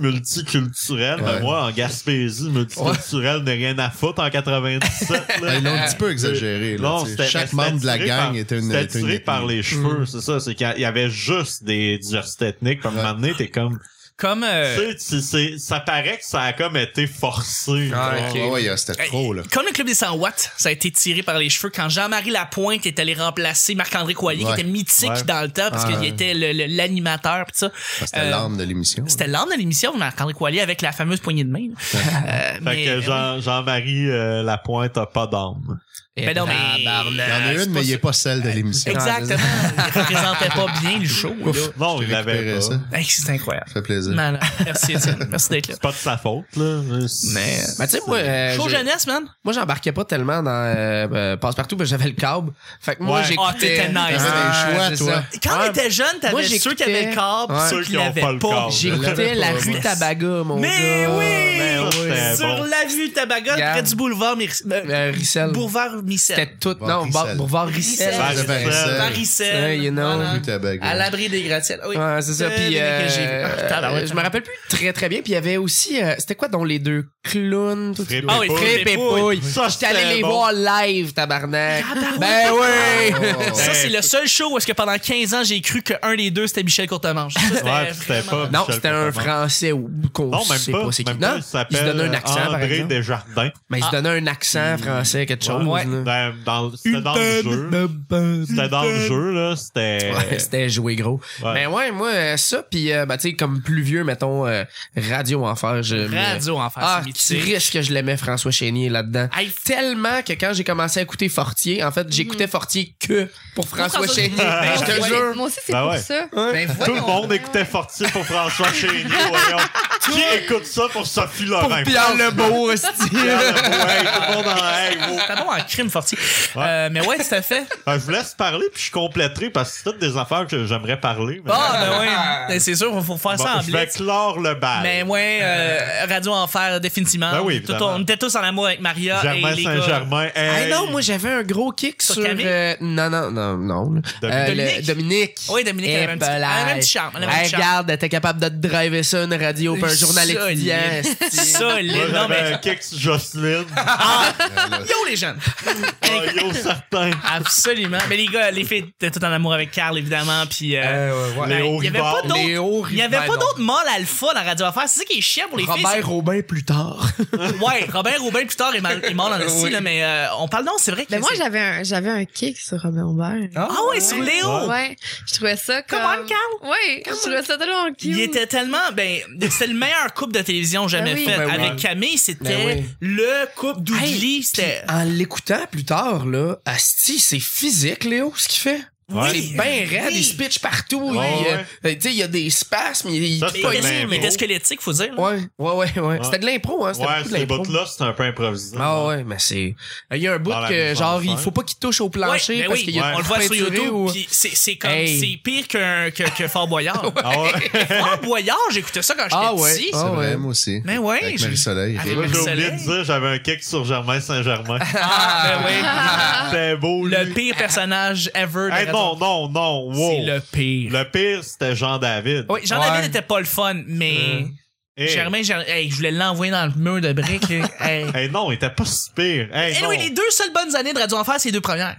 multiculturel.
Ouais.
Mais moi, en Gaspésie, multiculturel n'est rien à foutre en 97. là.
Ils l'ont un petit peu exagéré. Là,
Non,
tu sais.
c'était-
Chaque
mais c'était
membre de la
tiré
gang
par-
était une.
C'était
était une
tiré
ethnie.
par les cheveux,
Mm.
c'est ça. C'est qu'il y avait juste des diversités ethniques. Comme
Ouais.
un moment donné, t'es comme...
Comme euh,
Tu sais, tu- c'est- ça paraît que ça a comme été forcé.
Ah,
genre.
ok.
Ouais, ouais, ouais, c'était trop, là.
Comme le club des 100 watts, ça a été tiré par les cheveux quand Jean-Marie Lapointe est allé remplacer Marc-André Coilier,
Ouais.
qui était mythique
Ouais.
dans le temps, parce
Ouais.
qu'il était le- le- l'animateur, pis ça.
C'était
Euh,
l'âme de l'émission. là.
C'était l'âme de l'émission, Marc-André Coilier, avec la fameuse poignée de main. là. Euh,
Fait
mais-
que Jean- Jean-Marie euh, Lapointe a pas d'âme.
Ben non, mais-
Ah, Il y en a une, mais il n'est pas celle de l'émission.
Exactement. Il représentait pas bien le show, là.
Non, il l'avait
Récupérer
pas.
ça. Ça
Hey, c'est incroyable.
fait plaisir.
Malade. Merci, Étienne. Merci d'être là.
C'est pas de sa faute, là.
Mais-
Mais tu sais, moi, euh,
Show
j'ai-
jeunesse, man.
moi, j'embarquais pas tellement dans euh, euh, Passe-Partout, parce que j'avais le câble. Fait que moi,
Ouais.
j'écoutais...
Ah, t'étais nice.
T'avais des choix,
c'est
toi.
ça.
Quand
Ouais.
on était jeune,
Moi,
t'avais ceux qui
j'écoutais-
avaient le câble,
Ouais.
ceux
Ceux
qui
qui ont
l'avaient
pas
pas.
le câble.
J'écoutais La
pas,
rue
moi.
Tabaga, mon
Mais
gars.
oui!
Ben
C'était
Sur
bon.
la vue Tabaga,
Regarde.
près du boulevard Mir- euh,
Euh, Ricel.
Boulevard Micel.
C'était tout...
Boulevard
Non, Bar-
Ricel.
Boulevard
Ricel.
Ricel.
Ça fait
Varicelle.
ça.
Varicelle.
Ouais, you know.
Voilà.
Plus ta bague.
À l'abri des gratte-ciels. Ah Oui.
Ouais, c'est ça.
Euh,
Puis,
les mecs que
euh,
j'ai vus. Ah, tabarouette.
je me rappelle plus très très bien. Puis il y avait aussi, euh, c'était quoi dont les deux clowns? tout-
Frippe
Ah oui,
et Pouille.
Frippe
Frippe et Pouille.
Ça,
J'étais allé
c'était
les
bon.
voir live, tabarnak.
Ah,
Ben oui!
Oh.
Ça, c'est le seul show où est-ce que pendant 15 ans, j'ai cru qu'un des deux, c'était Michel Courtemanche. Ça, c'était
Ouais, puis c'était
vraiment-
pas-
Non,
Michel
c'était un
Contemain.
français ou qu'on
Non, même
sait
pas.
pas c'est qui.
Même
Non,
pas, il
il se
s'appelle
donnait un accent, par
André
exemple.
Desjardins.
Mais il se donnait un accent français, quelque chose.
Ouais.
là.
Dans, dans, c'était dans le jeu. C'était dans le jeu, là. C'était.
Ouais, C'était joué gros.
Ouais.
Mais ouais, moi, euh, ça, puis euh, ben, tu sais, comme plus vieux, mettons, euh, Radio Enfer. Je,
Radio en face.
Ah,
c'est
tu
mythique.
risques que je l'aimais François Chénier là-dedans.
Hey,
tellement que quand j'ai commencé à écouter Fortier, en fait, j'écoutais Fortier que pour François
François
Chénier.
Chénier.
je te
Ouais,
jure.
Moi aussi, c'est
Ben
pour
ouais.
ça.
Ah,
Ben,
Tout le
voyons.
monde écoutait Fortier pour François Chénier, voyons. Qui écoute ça pour Sophie
Pour
Lorrain?
Pierre Lebeau, hostie.
Ouais, tout le monde en hey, wow.
T'as bon en crime, Fortier. Euh, mais ouais, tout à fait.
Ben, je vous laisse parler, puis je compléterai, parce que c'est toutes des affaires que j'aimerais parler. mais-
Ah, ben ouais. Ben, C'est sûr, il faut faire
Bon,
ça en
je vais
blitz.
clore le bal.
Mais ouais, euh, Radio Enfer, définitivement.
Ben oui,
Tout-
évidemment.
on était tous en amour avec Maria et
Germain
les gars.
Saint-Germain.
Ah
Hey,
non, moi j'avais un gros kick
Euh, Sur
sur,
Camille?
euh, non non non non. là. Euh, le-
Dominique?
Dominique.
Oui, Dominique, elle avait un petit- elle avait un petit charme, elle avait un
Hey,
petit charme.
regarde, t'es capable de te driver ça une radio pour un journal
Solide.
étudiant.
euh,
esti.
Moi,
Solide. Non,
j'avais
mais. Ah,
un kick sur Jocelyne.
Yo, les jeunes!
Ah, yo, certain.
Absolument. Mais les gars, les filles étaient tout en amour avec Carl, évidemment. Puis, euh,
Euh, ouais, ouais.
ben,
Léo
il y avait
Rivard.
pas d'autres-
Léo
il n'y avait
Rivard,
pas
non.
d'autres mâles alpha dans Radio Affaires. C'est ça qui est chiant pour les filles.
Robert Robin plus tard.
c'est- Ouais, Robert Robin, plus tard, est, mal- est mort dans le style,
Oui.
là, mais euh, on parle non, c'est vrai que.
Mais Ben, moi,
c'est-
j'avais un, j'avais un kick sur Robin Aubert.
Ah ouais, sur Léo!
Ouais, je trouvais ça comme...
Come on, Carl!
Oui, je trouvais ça tellement cute.
Il était tellement. Ben, c'était le meilleur couple de télévision jamais
Ah oui.
fait.
Ben oui.
Avec Camille, c'était
Ben oui.
le couple d'oubli.
Hey,
c'était.
En l'écoutant plus tard là, asti, c'est physique Léo ce qu'il fait.
Ouais.
C'est bien raide,
Oui.
il se pitch partout.
Ouais,
il, euh,
ouais.
euh, tu sais, il y a des spasmes, il, il
Ça,
Mais
pas
il
de
était-
l'impro.
il était squelettique, faut dire. là.
Ouais, ouais, ouais, ouais. C'était de l'impro, hein. C'était
Ouais,
beaucoup de
ces
l'impro.
bouts-là, c'est un peu improvisé.
Ah ouais, mais c'est. Il y a un bout
Dans la
que,
maison
genre,
de
il
fer.
faut pas qu'il touche au
Ouais,
plancher
ben
parce
oui,
qu'il y a
on
une
le voit sur
peinturée
YouTube.
ou-
puis c'est- C'est comme
Hey.
c'est pire qu'un que, que Fort Boyard.
Ah ouais.
Fort Boyard, j'écoutais ça quand j'étais
Ah ouais.
petit.
Ah.
C'est vrai,
ouais.
moi aussi.
Mais ouais,
Avec
je-
Marie-Soleil.
Avec-
Moi, j'ai oublié
Soleil.
de dire, j'avais un kick sur Germain Saint-Germain.
Ah, ben oui.
C'était beau, lui.
Le pire personnage ever. de
Hey,
Radio-
non, non, non, wow.
C'est le pire.
Le pire, c'était Jean-David.
Oui, jean
Ouais.
david n'était pas le fun, mais
Hey.
Germain, Germain- hey, je voulais l'envoyer dans le mur de briques. là. hey.
Hey, non, il était pas si pire. Hey,
Anyway,
Eh non.
les deux seules bonnes années de Radio Enfer, c'est les deux premières.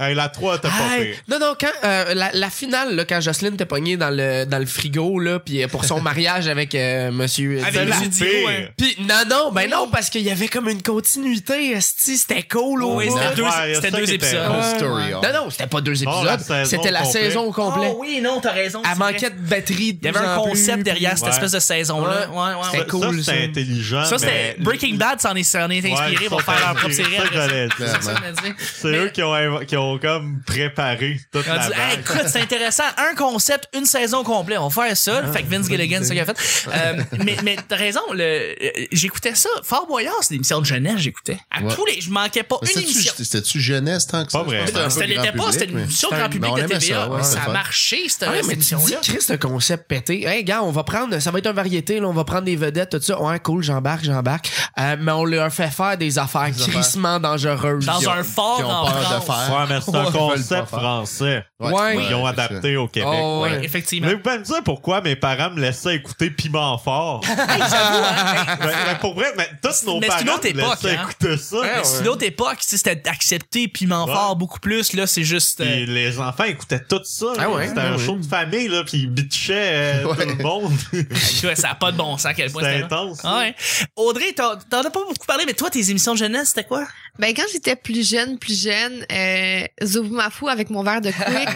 Hey, la 3 était pas
Hey,
pire.
non, non, quand euh, la, la finale, là, quand Jocelyne t'a pogné dans le, dans le frigo, là, pis euh, pour son mariage avec euh, Monsieur.
Avec
C'est
Monsieur
la
Dio, hein.
pire.
Pis non, non, ben non, parce qu'il y avait comme une continuité, esti, c'était cool, au
Oui,
bout.
c'était deux,
Ouais,
c'était
ça
deux
qui était-
épisodes.
Le Story arc.
Non, non, c'était pas deux
Non, la
épisodes,
saison
c'était la
au complet.
saison au complet.
Ah oui, non, t'as raison.
Elle
c'est vrai.
manquait de batterie. de
Il y avait
plus
un
en plus,
concept
puis-
derrière cette
Ouais.
espèce de saison-là.
Ouais.
Ouais, ouais,
C'était
ouais.
Ça,
cool,
ça,
ça.
c'était intelligent.
Ça, c'était
mais-
Breaking Bad s'en est, s'en est inspiré
Ouais,
pour
ils
faire
sont
leur propre série.
inspirés,
après
ça,
ça.
j'allais le dire.
C'est ça que je me dis.
C'est
Mais-
eux qui ont, inv- qui ont comme préparé toute
On a
la
dit, Hey,
vague.
écoute, c'est intéressant. Un concept, une saison complète. On va faire ça.
Ah,
fait que Vince Gilligan, c'est ça qu'il a fait. Euh, mais mais t'as raison. le- euh, j'écoutais ça. Fort Boyard, c'est l'émission de jeunesse, j'écoutais. À
Ouais.
tous les, je manquais pas
Mais
une
c'était-tu-
émission.
C'était-tu jeunesse tant que ça?
Pas vrai.
Je pense que
C'était
un peu
l'était
grand
pas, c'était
public,
une
mais-
émission grand public
mais on
de
aimait
TVA.
ça, ouais,
ça
c'est
a
fun.
marché, cette,
euh,
Ah,
cette
mais tu dis,
émission-là.
Chris, c'est un concept pété. Hey, gars, on va prendre, ça va être un variété, là, on va prendre des vedettes, tout ça. Ouais, cool, j'embarque, j'embarque. Euh, mais on leur fait faire des affaires crissement dangereuses.
Dans
Qui ont-
un fort
qui ont
en
peur de
France.
faire.
Ouais, mais mais c'est un
Ils veulent pas faire.
concept français.
Ouais.
Ils ont adapté au Québec.
Oh, ouais.
Ouais, effectivement.
Mais vous pouvez me dire pourquoi mes parents me laissaient écouter Piment Fort?
Hey, j'avoue, hein, hey,
mais, mais pour vrai, mais tous nos
Mais c'est
parents
une autre
me
époque,
laissaient
hein.
écouter ça.
Ouais,
C'est une autre époque, tu sais, c'était accepté piment
Ouais.
fort beaucoup plus. Là, c'est juste. euh,
Puis les enfants écoutaient tout ça.
Ah
là.
ouais,
c'était
ah
un
ouais.
show de famille, là, puis ils bitchaient euh,
Ouais.
tout le monde.
ouais, ça n'a pas de bon sens à quel point
c'était
c'était-
intense.
Ah ouais. Audrey, t'en t'en as pas beaucoup parlé, mais toi, tes émissions de jeunesse, c'était quoi?
Ben, quand j'étais plus jeune, plus jeune, euh, Zoubou avec mon verre de quick.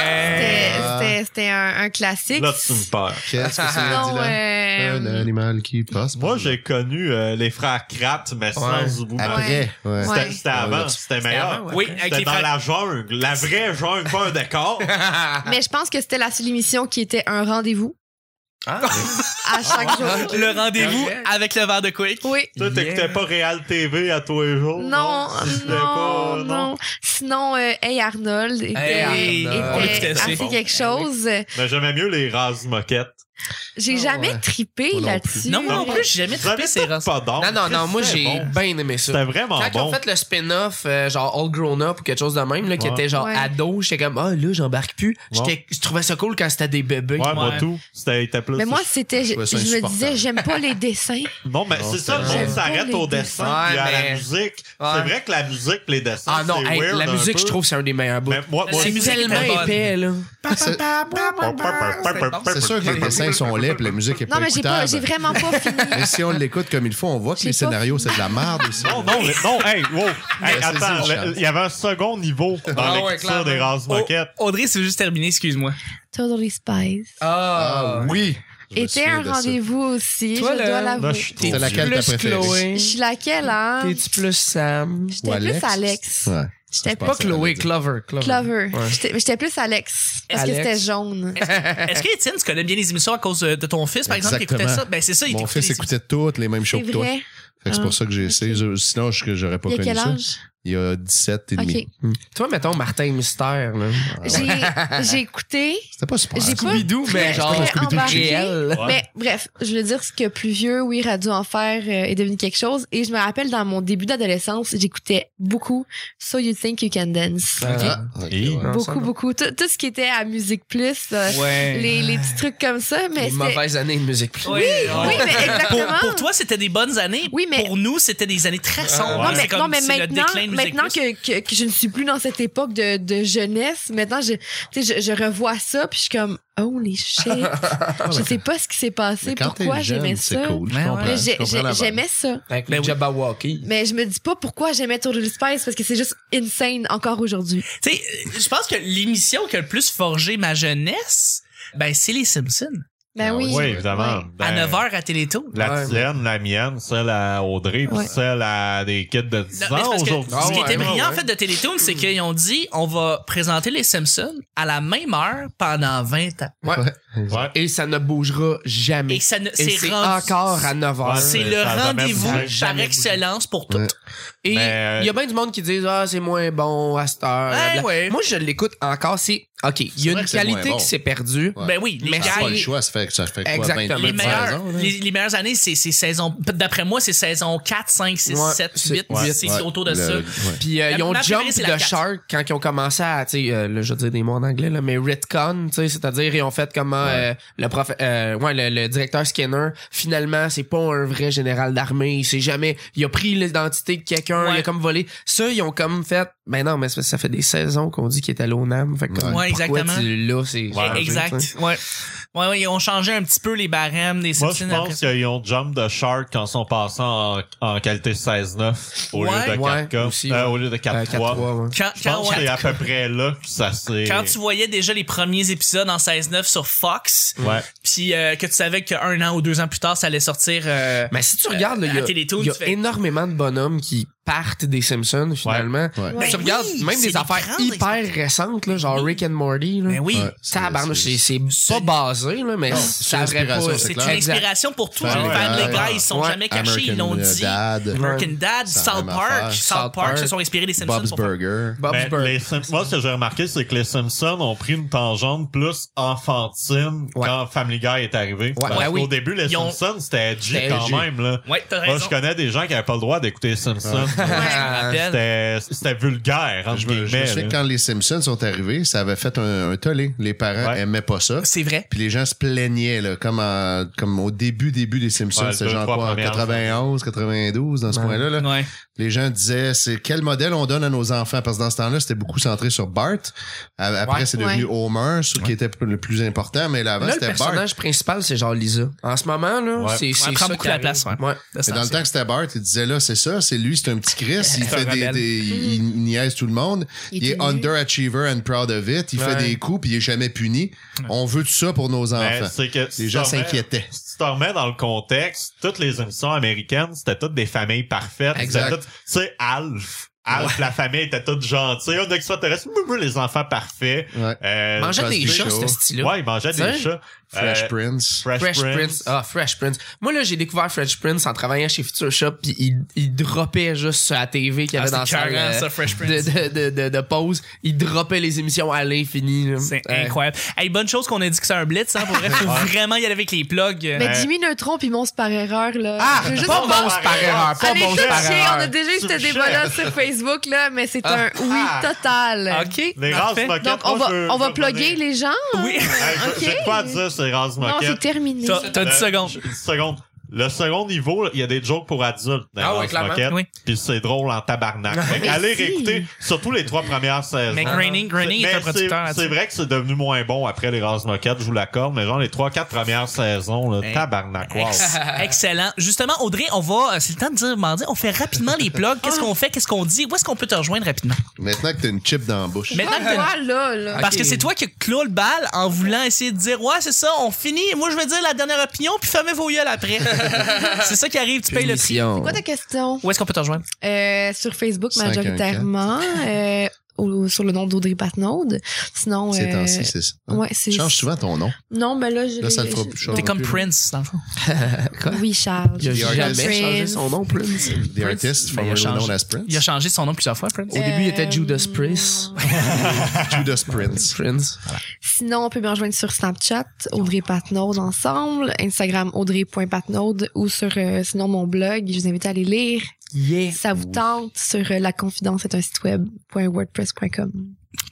c'était- c'était- C'était un, un classique.
Là, tu me perds.
Qu'est-ce que c'est,
Non,
Dylan?
euh,
Ah, Un animal qui passe.
Moi, j'ai connu euh, les frères Kratt, mais sans
Ouais. Ah,
Zoubou.
Après, ouais.
Ouais.
C'était c'était avant, c'était
Ah,
meilleur.
Ah,
avant, ouais.
Oui, avec
C'était
les
dans
frères.
la jungle, la vraie jungle, pas un décor.
Mais je pense que c'était la seule émission qui était un rendez-vous
Ah,
à chaque jour.
Le rendez-vous
Correct.
avec le verre de
Ah.
quick.
Oui.
Toi, t'écoutais
Yeah.
pas Real TV à tous les
Oh,
jours?
Non,
Tu
non,
l'as pas,
non. Sinon, euh, Hey Arnold était,
Hey
était
Arnold.
On écoutait ça.
assez quelque
Ben
chose.
Mais j'aimais mieux les rases moquettes.
J'ai
Ah
jamais
ouais.
trippé
Moi non
là-dessus.
Non, moi non plus, j'ai jamais
J'avais
trippé ces
pas
races.
d'or.
non, non, non, moi
C'était
j'ai
bon.
bien aimé ça.
C'était vraiment
Quand ils
bon.
ont fait le spin-off, euh, genre All Grown Up ou quelque chose de même, là, qui
Ouais.
était genre
Ouais.
ado, j'étais comme, ah là, j'embarque plus. J'étais-
Ouais.
Je trouvais ça cool quand c'était des bébés.
Ouais, moi
Ouais.
tout. C'était était plus.
Mais moi, c'était, je,
trouvais ça
je me
insupportable.
disais, j'aime pas les dessins.
non,
Ah,
mais
Non,
ben, c'est ça, le
c'était
monde
bon.
s'arrête au
Ouais,
dessin puis à la
mais-
musique.
Ouais.
C'est vrai que la musique pis les dessins,
Ah non,
c'est
hey,
weird
la
un
musique,
peu.
je trouve, c'est un des meilleurs bouts.
Mais moi, moi,
La
C'est
musique
tellement
était bonne.
épais, là.
C'est sûr que les dessins sont laids puis la musique est
Non,
pas
mais j'ai pas,
écoutable.
j'ai vraiment pas fini.
Mais si on l'écoute comme il faut, on voit que
J'ai
les
pas
scénarios, c'est de la merde aussi.
Non,
euh,
non, le- non, hey, wow. Hey,
c'est
attends,
ça,
le-
Charles.
il y avait un second niveau
Ah
dans
ouais,
l'écriture
clairement.
des rases
Oh.
moquettes.
Au- Audrey, c'est juste terminé, excuse-moi.
Totally Spies.
Ah oui! Je me
Était
souviens
un
de ça.
rendez-vous aussi,
Toi,
je
là,
dois
là,
Là,
l'avouer.
je suis
C'est
trop-
laquelle ta
Plus
préférée?
Je
Chloé.
suis laquelle, hein?
T'es-tu plus Sam?
Ou
J'étais plus Alex.
Ouais. pense
Pas
J'étais plus
que ça veut
Chloé,
dire.
Clover. Clover.
Clover.
Ouais.
J'étais j'étais plus Alex. Parce que
Alex.
c'était jaune.
Est-ce que Étienne, tu connais bien les émissions à cause euh, de de ton fils, par exemple, qui écoutait
Exactement.
ça? Ben, c'est ça, il
Mon
écoutait
fils
les
écoutait toutes les mêmes shows
C'est
que toi.
vrai. Ah.
Fait que c'est pour ça que j'ai essayé. Je- Sinon, je- que j'aurais pas
Il y a
connu
quel
ça.
âge?
Il y a 17 et
Ok.
demi.
Toi, mettons Martin Mystère, là.
J'ai- J'ai écouté.
C'était pas super.
J'ai pas
Scooby-Doo, ben, mais genre
j'étais
Scooby-Doo
embarquée.
GL.
Ouais.
Mais bref, je veux dire ce que plus vieux, oui, Radio Enfer euh, est devenu quelque chose. Et je me rappelle dans mon début d'adolescence, j'écoutais beaucoup So You Think You Can Dance.
Ah, ok,
Et-
ouais.
Non, ça,
beaucoup,
non.
beaucoup. Tout, tout ce qui était à Musique Plus, euh,
Ouais.
les, les petits trucs comme ça. Mais
Les
c'était-
mauvaises années de musique. plus.
Oui,
oui, mais
Pour,
exactement.
pour toi, c'était des bonnes années.
Oui, mais-
Pour nous, c'était des années
Ah,
très sombres.
Non,
Ouais.
mais,
C'est comme-
non, mais
c'est le
maintenant,
déclin de Musique
maintenant
Plus.
que, que, que je ne suis plus dans cette époque de, de jeunesse, maintenant, je, tu sais, je, je revois ça, puis je suis comme, holy shit. je sais pas ce qui s'est
Mais
passé,
quand t'es
pourquoi
jeune,
j'aimais
C'est
ça.
cool, je
Ouais,
comprends.
Mais j'ai-
Je comprends
j'ai-
la vibe.
J'aimais ça.
Avec le
Ben oui.
Jabberwocky.
Mais je me dis pas pourquoi j'aimais Total Spice parce que c'est juste insane encore aujourd'hui.
Tu sais, euh, je pense que l'émission qui a le plus forgé ma jeunesse, ben, c'est les Simpsons.
Ben
Ah
oui.
Oui, évidemment. Ben,
À 9h à Télétoon.
La
Ouais,
tienne, la mienne, celle à Audrey, puis
Ouais.
celle à des kids de 10
Non, mais c'est
ans
parce que
aujourd'hui.
ce qui
Ah ouais,
était brillant
ouais,
en fait de Télétoon, c'est qu'ils ont dit on va présenter les Simpsons à la même heure pendant 20 ans.
Ouais.
Ouais.
Et ça ne bougera jamais.
Et ça ne
Et
c'est
c'est
rendu-
encore à 9 h
Ouais,
C'est
Ça
le
a jamais
rendez-vous
bougé.
par
Jamais bougé.
excellence pour toutes.
Ouais.
Et il
Mais, euh,
y a bien du monde qui dit ah c'est moins bon à cette heure.
Eh
blablabla.
ouais.
Moi je l'écoute encore c'est OK, il y
vrai
a une
que c'est moins
qualité
bon.
qui s'est perdue.
Ouais.
Ben oui, les,
Mais
gars,
T'as Ah, pas le
Guy-
choix, ça fait que ça fait quoi?
Exactement.
28
les,
t'as
meilleures,
saisons, là?
les, les meilleures années, c'est c'est saison. D'après moi, c'est saison 4, 5, 6,
Ouais,
7,
c'est-
8.
ouais,
c'est
Ouais.
autour de
Le-
ça.
ouais.
Puis euh,
La-
ils ont
ma
jump
préférée, c'est la
de
quatre.
Shark quand ils ont commencé à tu sais euh, là, je vais dire des mots en anglais là mais retcon, tu sais c'est-à-dire ils ont fait comment euh, le prof euh, ouais le, le directeur Skinner finalement c'est pas un vrai général d'armée, il sait jamais il a pris l'identité de quelqu'un,
Ouais.
il a comme volé. Ça ils ont comme fait ben non mais c'est parce que ça fait des saisons qu'on dit qu'il est à l'ONAM, fait que comme,
Ouais,
pourquoi
exactement.
tu l'as, c'est
Ouais,
changé,
exact.
tu sais.
Ouais. ouais. Ouais, ils ont changé un petit peu les barèmes des
Moi,
Simpsons.
je
après.
pense qu'ils ont jump de Shark quand ils sont passés en, en qualité 16-9 au,
Ouais.
lieu de
Ouais,
4K,
aussi,
euh,
ouais.
au lieu de 4-3.
Euh, 4-3, ouais.
Quand,
Je
quand,
pense que
ouais,
c'est à peu près là que ça s'est...
quand tu voyais déjà les premiers épisodes en 16-9 sur Fox,
Ouais.
puis euh, que tu savais qu'un an ou deux ans plus tard, ça allait sortir. euh,
Mais si tu regardes, là, il y
à
a,
Télétoon,
il y a
tu fais-
énormément de bonhommes qui partent des Simpsons, finalement.
Ouais.
Ouais.
Tu
Ben
regardes
oui,
même
c'est
des
des
affaires
grandes
hyper euh, récentes, là, genre Rick and Morty. Là.
Ben oui.
Ouais.
Tabarnouche, c'est, c'est,
c'est-
pas basé, là, mais
Non,
ça
c'est
aurait
l'inspiration,
pas...
c'est
C'est une
clair.
inspiration pour tout.
Ouais,
les
ouais,
fans,
ouais,
les gars,
ouais.
ils sont
Ouais.
jamais cachés, ils l'ont
American
dit.
Dad,
American Dad,
Ça a
South
même
Park,
affaire.
South Park,
South Park,
se sont inspirés des Simpsons.
Bob's
pour faire-
Burger.
Bob's
Mais
Ben,
les
Burger.
Sim- Moi, ce que j'ai remarqué, c'est que les Simpsons ont pris une tangente plus enfantine
Ouais.
quand Family Guy est arrivé.
Ouais,
Parce
ouais,
qu'au
oui.
début, les
Ils ont-
Simpsons, c'était edgy
C'était
quand
edgy.
même. Là.
Ouais, t'as
Moi,
raison.
je connais des gens qui n'avaient pas le droit d'écouter les Simpsons.
rappelle.
C'était c'était vulgaire, entre
Je me, je me
guillemets,
souviens que
là.
quand les Simpsons sont arrivés, ça avait fait un, un tollé. Les parents
Ouais.
aimaient pas ça.
C'est vrai.
Puis les gens se plaignaient, là, comme, en- comme au début, début des Simpsons.
Ouais,
C'était
deux,
genre
trois
quoi, en
premières
91, 92, dans ce
Ouais.
coin-là. Là.
Ouais.
Les gens disaient, c'est quel modèle on donne à nos enfants? Parce que dans ce temps-là, c'était beaucoup centré sur Bart. A- Après,
Ouais.
c'est devenu
Ouais.
Homer, ce qui était le plus important. Mais là, avant,
Là, le
c'était Bart.
personnage principal, c'est genre Lisa. En ce moment, là,
Ouais.
c'est. c'est
prend
ça
beaucoup
qui
la
arrive.
place, ouais.
ouais.
Mais dans le temps que c'était Bart, il disait là, c'est ça, c'est lui, c'est un petit Chris, il
C'est un
fait des,
rebelle.
des- il niaise tout le monde, il,
Il
est
est nul.
underachiever and proud of it, il
Ouais.
fait des coups puis il est jamais puni. On veut de ça pour nos
Ben,
enfants.
c'est que si
Les
tu
gens
te remets-
s'inquiétaient.
Si tu te remets dans le contexte, toutes les émissions américaines, c'était toutes des familles parfaites.
Exact.
C'était toutes- Tu sais, Alf. Alf, la famille était toute gentille. On a extraterrestre, mou, mou, les enfants parfaits.
Ouais.
Euh,
Mangeait
Crosby
des chats,
Show.
ce style-là.
Ouais, ils mangeaient
Tu sais,
des chats.
Fresh
Euh,
Prince.
Fresh,
Fresh Prince.
Prince.
Ah, Fresh Prince. Moi, là, j'ai découvert Fresh Prince en travaillant chez Future Shop, puis il, il droppait juste sur la TV qu'il y
Ah,
avait dans
c'était
sa
écœurant,
euh,
ça, Fresh Prince.
de, de, de, de, de pause. Il droppait les émissions à l'infini. là.
C'est
Euh,
incroyable. Hey, bonne chose qu'on a dit que c'est un blitz, hein. Pour vrai, faut vraiment y aller avec les plugs.
Mais
Ouais.
Jimmy Neutron puis Monstre par erreur, là.
Ah,
Je veux juste
pas
dire-
bon,
monstre par erreur, pas
Allez,
monstre par
touchez,
erreur.
on a déjà eu
Tu
ce
me
débat-là sur Facebook, là, mais c'est un oui total.
OK.
Les rases
parfait.
moquettes.
Donc, on
moi,
va,
je veux-
on
je
va
veux
plugger
revenir.
les gens.
Euh, Oui.
Hey, je-
Ok.
J'ai de quoi à dire sur les rases
Non, c'est
moquettes.
terminé.
T'as t'as 10
Euh,
secondes.
Une seconde. Le second niveau, il y a des jokes pour adultes dans
Ah
les
oui,
rases
clairement.
moquettes.
Oui. Ah,
Puis c'est drôle en tabarnak. Fait que allez
si.
réécouter surtout les trois premières saisons. Ah.
Mais Groening, Groening
Mais
est un
c'est-
producteur là-dessus.
C'est vrai que c'est devenu moins bon après les Rases Moquettes, je vous l'accorde, mais genre les 3-4 premières saisons, là,
Hey.
tabarnak, wow.
Ex- Excellent. Justement, Audrey, on va, euh, c'est le temps de dire, m'en dire, on fait rapidement les plugs. Qu'est-ce qu'on fait? Qu'est-ce qu'on dit? Où est-ce qu'on peut te rejoindre rapidement?
Maintenant que t'as une chip dans la bouche.
Mais-
Pas toi, là, là.
Parce
Ok.
que c'est toi qui clôt le bal en voulant essayer de dire, ouais, c'est ça, on finit. Moi, je vais dire la dernière opinion, puis fermez vos yeux après. c'est ça qui arrive, tu payes le prix.
Punition.
Quoi ta question?
Où est-ce qu'on peut te rejoindre?
Euh, sur Facebook
514.
majoritairement, euh, au- sur le nom d'Audrey Patnaud. Sinon,
Ces
euh,
temps-ci, c'est ça.
ouais, c'est
Tu changes souvent ton nom.
Non, mais là, je
Là, ça le fera
je-
plus chaud.
T'es comme
plus,
Prince, dans le fond.
Quoi?
Oui, Charles.
Il a
The
jamais
Artist.
changé son nom, Prince.
The Artist,
Mais il a
formerly known
changé.
as Prince.
Il a changé son nom plusieurs fois, Prince.
Au début, il était Judas
Euh,
Priest.
Judas Prince.
Prince.
Sinon, on peut me rejoindre sur Snapchat, Audrey Patnaud ensemble, Instagram audrey.patnaud ou sur euh, sinon mon blog. Je vous invite à aller lire.
Yeah.
Ça vous tente sur euh, la confidence est un site web.wordpress.com.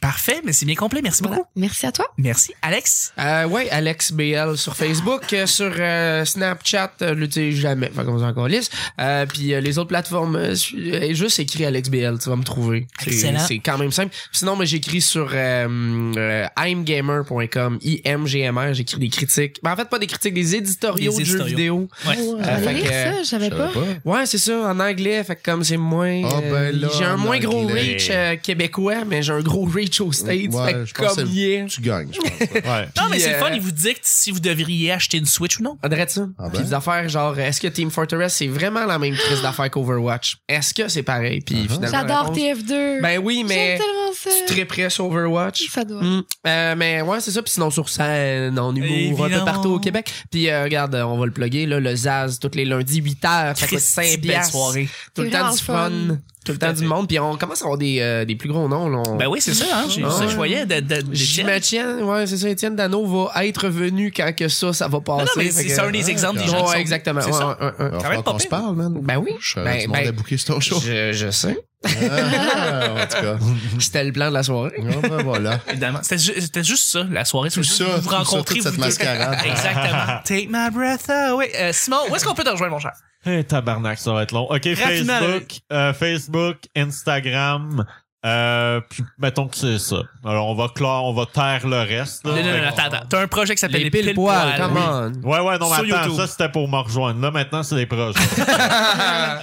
Parfait, mais c'est bien complet. Merci
Voilà.
beaucoup.
Merci à toi.
Merci. Alex?
Euh, ouais, Alex BL sur Facebook, euh, sur euh, Snapchat, euh, je l'utilise jamais, fait qu'on s'en calisse. Euh, puis euh, les autres plateformes, euh, su- euh, juste écris Alex BL, tu vas me trouver. C'est-
Excellent.
C'est quand même simple. Sinon, mais j'écris sur euh, euh, imgamer.com, IMGMR, j'écris des critiques. Ben, en fait, pas des critiques, des éditoriaux
Des
de jeux
éditoriaux.
vidéo.
Ouais,
Euh,
allez
fait
lire
que,
ça, je savais
Je savais
pas.
pas.
Ouais, c'est ça, en anglais, fait que comme c'est moins...
Ah,
euh,
ben là,
j'ai un
en
moins gros
anglais.
reach euh, québécois, mais j'ai un gros reach aux States,
Ouais,
fait que
je pense que
comme
c'est-
hier...
Tu gagnes, je pense. Ouais.
Ouais.
Non, mais
Puis,
c'est le fun.
euh,
Il vous dit que si vous devriez acheter une Switch ou non.
On dirait de ça.
Ah ben?
Puis des affaires genre, est-ce que Team Fortress, c'est vraiment la même crise d'affaires qu'Overwatch? Est-ce que c'est pareil? Puis
Uh-huh.
finalement, la
J'adore
réponse-
TF2.
Ben oui, mais
J'aime tellement ça.
tu triperais sur Overwatch.
Ça doit.
Hmm. Euh, mais ouais, c'est ça. Puis sinon, sur scène, en humour, un peu
Évidemment.
partout au Québec. Puis euh, regarde, euh, on va le plugger, là, le Zaz, tous les lundis, 8h, ça coûte
Christy,
5
belle
piastres.
soirée.
Tout le
C'est
temps
vraiment
du fun,
le fun.
tout le temps
à
du
fait.
monde. Puis on commence à avoir des, euh, des plus gros noms. Là. On-
Ben oui, c'est ça, hein. J'ai-
Ah,
ça,
ouais.
Je voyais de, de, de-
J'imagine, ouais, c'est ça, Étienne Dano va être venu quand que ça, ça va passer.
Non, non, mais
Fait
c'est
que-
c'est un des exemples des gens. qui
Ouais,
sont-
exactement.
C'est
Ouais,
ça.
ouais, ouais, ouais.
Alors,
Quand même
faut
pas
qu'on se
pire.
parle, man.
Ben oui.
Je savais
Ben,
du monde
ben,
à bouquer sur ton show.
Je, je sais.
Ah, en tout cas.
C'était le plan de la soirée.
Ah, ben voilà.
Évidemment. C'était ju- c'était juste ça, la soirée.
Tout ça,
Vous
tout
vous
ça,
rencontrez,
toute cette
vous deux.
mascarade.
Exactement. Take my breath away. Euh, Simon, où est-ce qu'on peut te rejoindre, mon cher?
Eh, tabarnak, ça va être long. OK,
Rapidement,
Facebook, euh, Facebook, Instagram, euh, puis mettons que c'est ça. Alors, on va clore, on va taire le reste. là.
Non, non,
Fait
non,
qu'on-
attends, attends. T'as un projet qui s'appelle
Les pile poil,
Poils.
come
Oui.
on.
Ouais, ouais, non, mais
Sur
attends,
YouTube.
ça c'était pour me rejoindre. Là, maintenant, c'est les projets.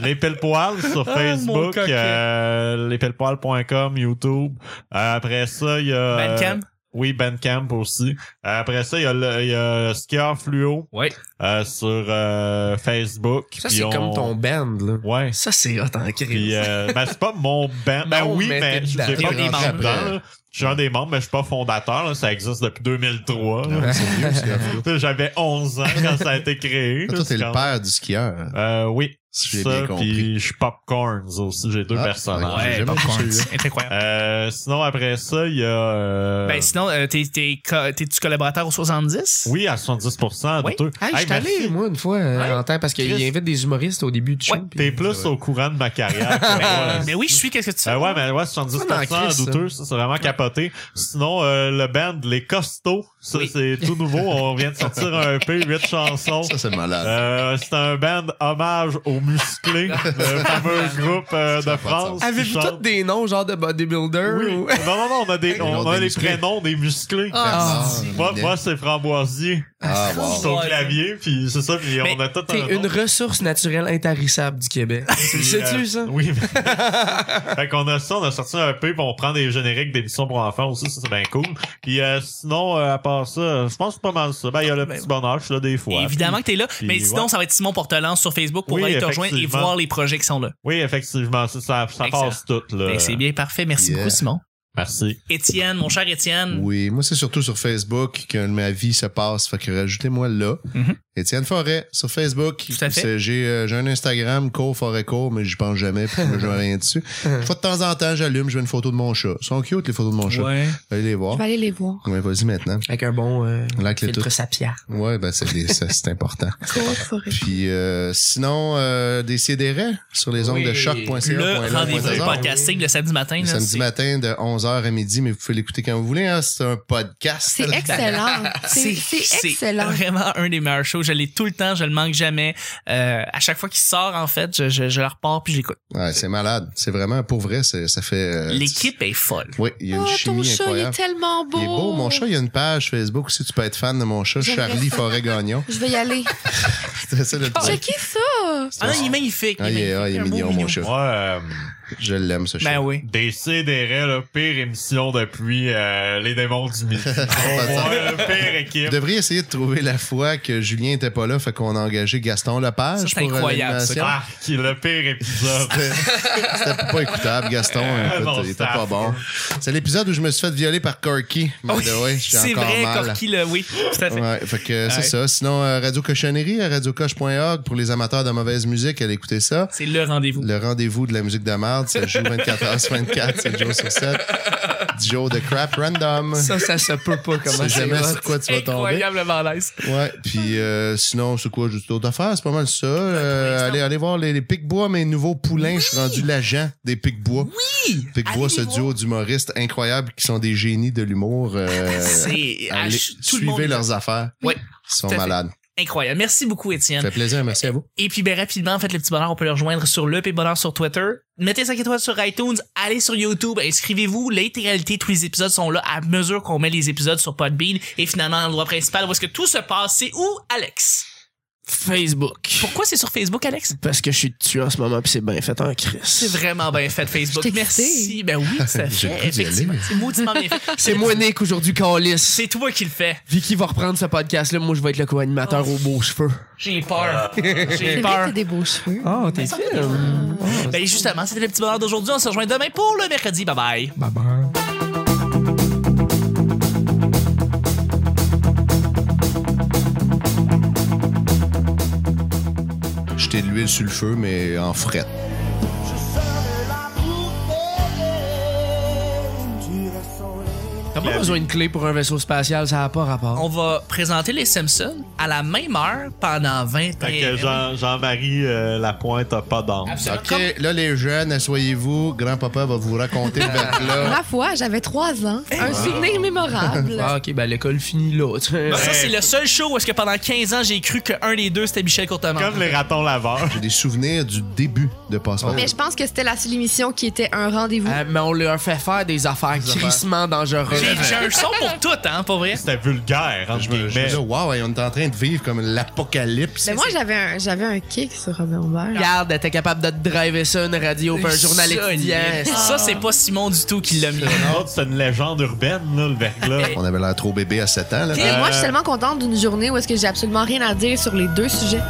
les pile poils sur
Ah, mon
Facebook,
coquin.
euh, lespillepoils.com, YouTube. Euh, après ça, il y a.
Bandcamp?
Oui, Bandcamp aussi. Euh, après ça, il y a, le- il y a Skieur Fluo
Ouais.
euh, sur euh, Facebook.
Ça,
Puis
c'est
on-
comme ton band, là.
Ouais.
Ça, c'est hot en
Puis,
crise.
euh, ben, c'est pas mon band. Ben
Non,
oui,
mais
mais
t'es
je suis
dedans.
pas
T'es
des
rentré
membres.
après.
là. Je suis un des membres, mais je suis pas fondateur. là. Ça existe depuis 2003. là.
C'est mieux, c'est un flou.
J'avais 11 ans quand ça a été créé.
Toi,
là,
t'es
c'est
le
quand-
père du skieur.
Euh, oui.
si j'ai
ça,
bien compris.
puis je suis Popcorns aussi. J'ai deux
Ah,
personnages.
j'ai
hein. Ouais,
jamais
popcorn,
vu celui-là.
c'est incroyable.
Euh, sinon, après ça, il y a... euh,
Ben sinon, euh, t'es t'es co- t'es-tu collaborateur au 70?
oui, à 70% de
Oui.
deux.
Hey, je
Hey,
suis allé,
merci.
moi, une fois,
Ouais.
euh, en temps, parce qu'il
Chris.
invite des humoristes au début du show.
Ouais.
puis-
T'es plus au courant de ma carrière.
Ben,
que moi.
Ah, Mais oui, je suis, qu'est-ce que tu fais?
Euh, ouais, mais ouais,
Ah, non,
70%
Chris,
douteux, ça, c'est vraiment capoté. Sinon, euh, le band Les Costauds, ça,
Oui.
c'est tout nouveau. On vient de sortir un EP, 8 chansons.
Ça, c'est malade.
Euh, c'est un band hommage aux musclés, le fameux groupe euh,
Ça
de
a pas de
France.
sens.
qui
Avez-vous
chante-
tous des noms, genre de bodybuilder?
Oui.
ou-
Non, non, non, on a, des,
Les
on,
noms
a
des
les
musclés.
prénoms des musclés.
Ah,
Ah,
moi,
Minet.
moi, c'est Framboisier.
Ah, wow.
C'est au clavier, puis c'est ça, puis
Mais
on a tout un
T'es une
nom.
ressource naturelle intarissable du Québec. Tu le
Puis, euh,
Sais-tu, ça?
Oui. mais- fait qu'on a ça, on a sorti un peu, puis on prend des génériques d'émissions pour enfants aussi, ça c'est bien cool. Puis euh, sinon, euh, à part ça, euh, je pense que c'est pas mal ça. Ben, il y a le
Ben,
petit bonheur, je suis là des fois.
Évidemment que t'es là,
puis
mais sinon,
ouais.
ça va être Simon Portelance sur Facebook pour
Oui,
aller te rejoindre et
effectivement.
voir les projets qui sont là.
Oui, effectivement, ça, ça, ça
Excellent.
passe tout, là.
Ben, c'est bien parfait. Merci
Yeah.
beaucoup, Simon.
Merci.
Étienne, mon cher
Hmm.
Étienne.
Oui, moi, c'est surtout sur Facebook que ma vie se passe. Fait que rajoutez-moi là.
Mhm.
Étienne Forêt, sur Facebook.
Tout à fait.
C'est- J'ai euh, j'ai un Instagram, court forêt court, mais j'y pense jamais, puis je mets rien dessus. Une fois de temps en temps, j'allume, je mets une photo de mon chat. Ils sont cute, les photos de mon chat.
Ouais.
Allez les voir.
Je vais aller les voir.
Ouais, vas-y maintenant.
Avec un bon euh,
Like les
filtre sapia.
Ouais, ben c'est des- ça, c'est important.
Cool, forêt.
Puis euh, sinon, euh, des CDR sur les ondes
Oui.
de choc.ca.
Le rendez-vous
hasard.
podcasting le samedi matin.
Le
là,
samedi
c'est-
matin de 11h à midi, mais vous pouvez l'écouter quand vous voulez. hein. C'est un podcast.
C'est excellent. C'est c'est excellent.
vraiment un des meilleurs shows. Je l'ai tout le temps, je le manque jamais. Euh, à chaque fois qu'il sort, en fait, je, je, je le repars puis je l'écoute.
Ouais, c'est malade. C'est vraiment, pour vrai, c'est- ça fait... euh,
L'équipe est folle.
Oui, il y a une
Oh, ton
chimie
chat, il est
incroyable.
tellement beau.
Il est beau, mon chat. Il y a une page Facebook aussi. Tu peux être fan de mon chat,
J'aimerais
Charlie
ça.
Forêt Gagnon.
Je vais y aller.
C'est ça le petit.
Checkez ça.
Ah, non, il est magnifique.
Ah, il est, ah, il est
magnifique, un beau
mignon, mon chat.
Moi, euh,
Je l'aime, ce chat.
Ben oui.
des CDR, là, pire émission depuis euh, Les démons du midi. On voit, là, pire
Vous
équipe.
devriez essayer de trouver la fois que Julien était pas là, fait qu'on a engagé Gaston
Ça,
Lepage
c'est
pour euh,
incroyable, ça.
l'animation.
Ah, qui est le pire épisode.
C'était pas écoutable, Gaston.
Euh,
écoute,
non,
il était
c'était
pas
affreux.
bon. C'est l'épisode où je me suis fait violer par Corky. by the way, Ah, ben je suis
C'est
encore
vrai,
mal.
Corky, là, oui. Tout à fait.
Ouais, fait que c'est
Ouais.
ça. Sinon, euh, Radio Cochonnerie à radiocoche.org pour les amateurs de mauvaise musique, allez écouter ça.
C'est le rendez-vous.
Le rendez-vous de la musique de merde, ça joue 24 h sur 24, c'est Joe sur 7. Joe de crap random.
Ça, ça se peut pas
Tu sais
comment c'est
jamais
hot.
sur quoi tu vas tomber.
Incroyablement nice.
Ouais, puis euh, sinon, c'est quoi, juste d'autres affaires? C'est pas mal ça. Euh,
l'instant.
allez, allez voir les, les Pic-Bois, mes nouveaux poulains. Je suis rendu l'agent des Pic-Bois.
Oui!
Pic-Bois,
Allez
ce
les voir.
duo d'humoristes incroyables qui sont des génies de l'humour. euh,
C'est
allez,
ah, tout le monde
suivez leurs affaires.
Ouais,
Ils sont
tout à fait.
malades.
incroyable. Merci beaucoup, Étienne.
Ça fait plaisir, merci à vous.
Et puis, ben, rapidement, en fait, le petit bonheur, on peut le rejoindre sur le P bonheur sur Twitter. Mettez 5 étoiles sur iTunes, allez sur YouTube, inscrivez-vous. L'intégralité, tous les épisodes sont là à mesure qu'on met les épisodes sur Podbean. Et finalement, l'endroit principal où est-ce que tout se passe, c'est où, Alex?
Facebook.
Pourquoi c'est sur Facebook, Alex?
Parce que je suis tué en ce moment, puis c'est bien fait en Chris.
C'est vraiment bien fait, Facebook.
Je t'ai
Merci.
excité.
Ben oui, ça
J'ai le goût
fait.
d'y
Effectivement.
aller.
C'est mauditement bien fait.
C'est moi, Nick, aujourd'hui, Calis.
C'est toi qui le fais.
Vicky va reprendre ce podcast-là. Moi, je vais être le co-animateur aux beaux cheveux.
J'ai peur. J'ai
C'est vrai que
peur.
t'as des beaux cheveux.
Oh, t'es film.
Ben justement, c'était le petit bonheur d'aujourd'hui. On se rejoint demain pour le mercredi. Bye bye.
Bye bye.
J'étais de l'huile sur le feu, mais en fret.
T'as pas besoin de clé pour un vaisseau spatial, ça a pas rapport.
On va présenter les Simpsons à la même heure pendant 20
Fait que Jean- Jean-Marie euh, Lapointe a pas d'âme.
Absolument.
OK, là, les jeunes, asseyez-vous. Grand-papa va vous raconter le verglas.
Ma foi, j'avais trois ans. Un souvenir mémorable.
Ah, ok, ben l'école finit là. tu sais.
Comme- Ça, c'est le seul show où est-ce que pendant 15 ans, j'ai cru qu'un des deux, c'était Michel Courtemanche.
Comme les ratons laveurs.
J'ai des souvenirs du début de Passeport.
Mais je pense que c'était la seule émission qui était un rendez-vous.
Euh, mais on leur fait faire des affaires crissement dangereuses.
J'ai j'ai un son pour tout, hein, pour vrai.
C'était vulgaire, entre
Je me je me
guillemets.
disais, wow, hey, on est en train de vivre comme l'apocalypse.
Mais moi, j'avais un, j'avais un kick sur Robin Aubert.
Regarde, t'es capable de te driver ça, une radio, puis un journal étudiant.
Solide. Ça, Ah, c'est pas Simon du tout qui l'a mis.
Nous autres, C'est une légende urbaine, là, le verglas.
On avait l'air trop bébé à 7 ans. Là.
Et moi, je suis tellement contente d'une journée où est-ce que j'ai absolument rien à dire sur les deux sujets.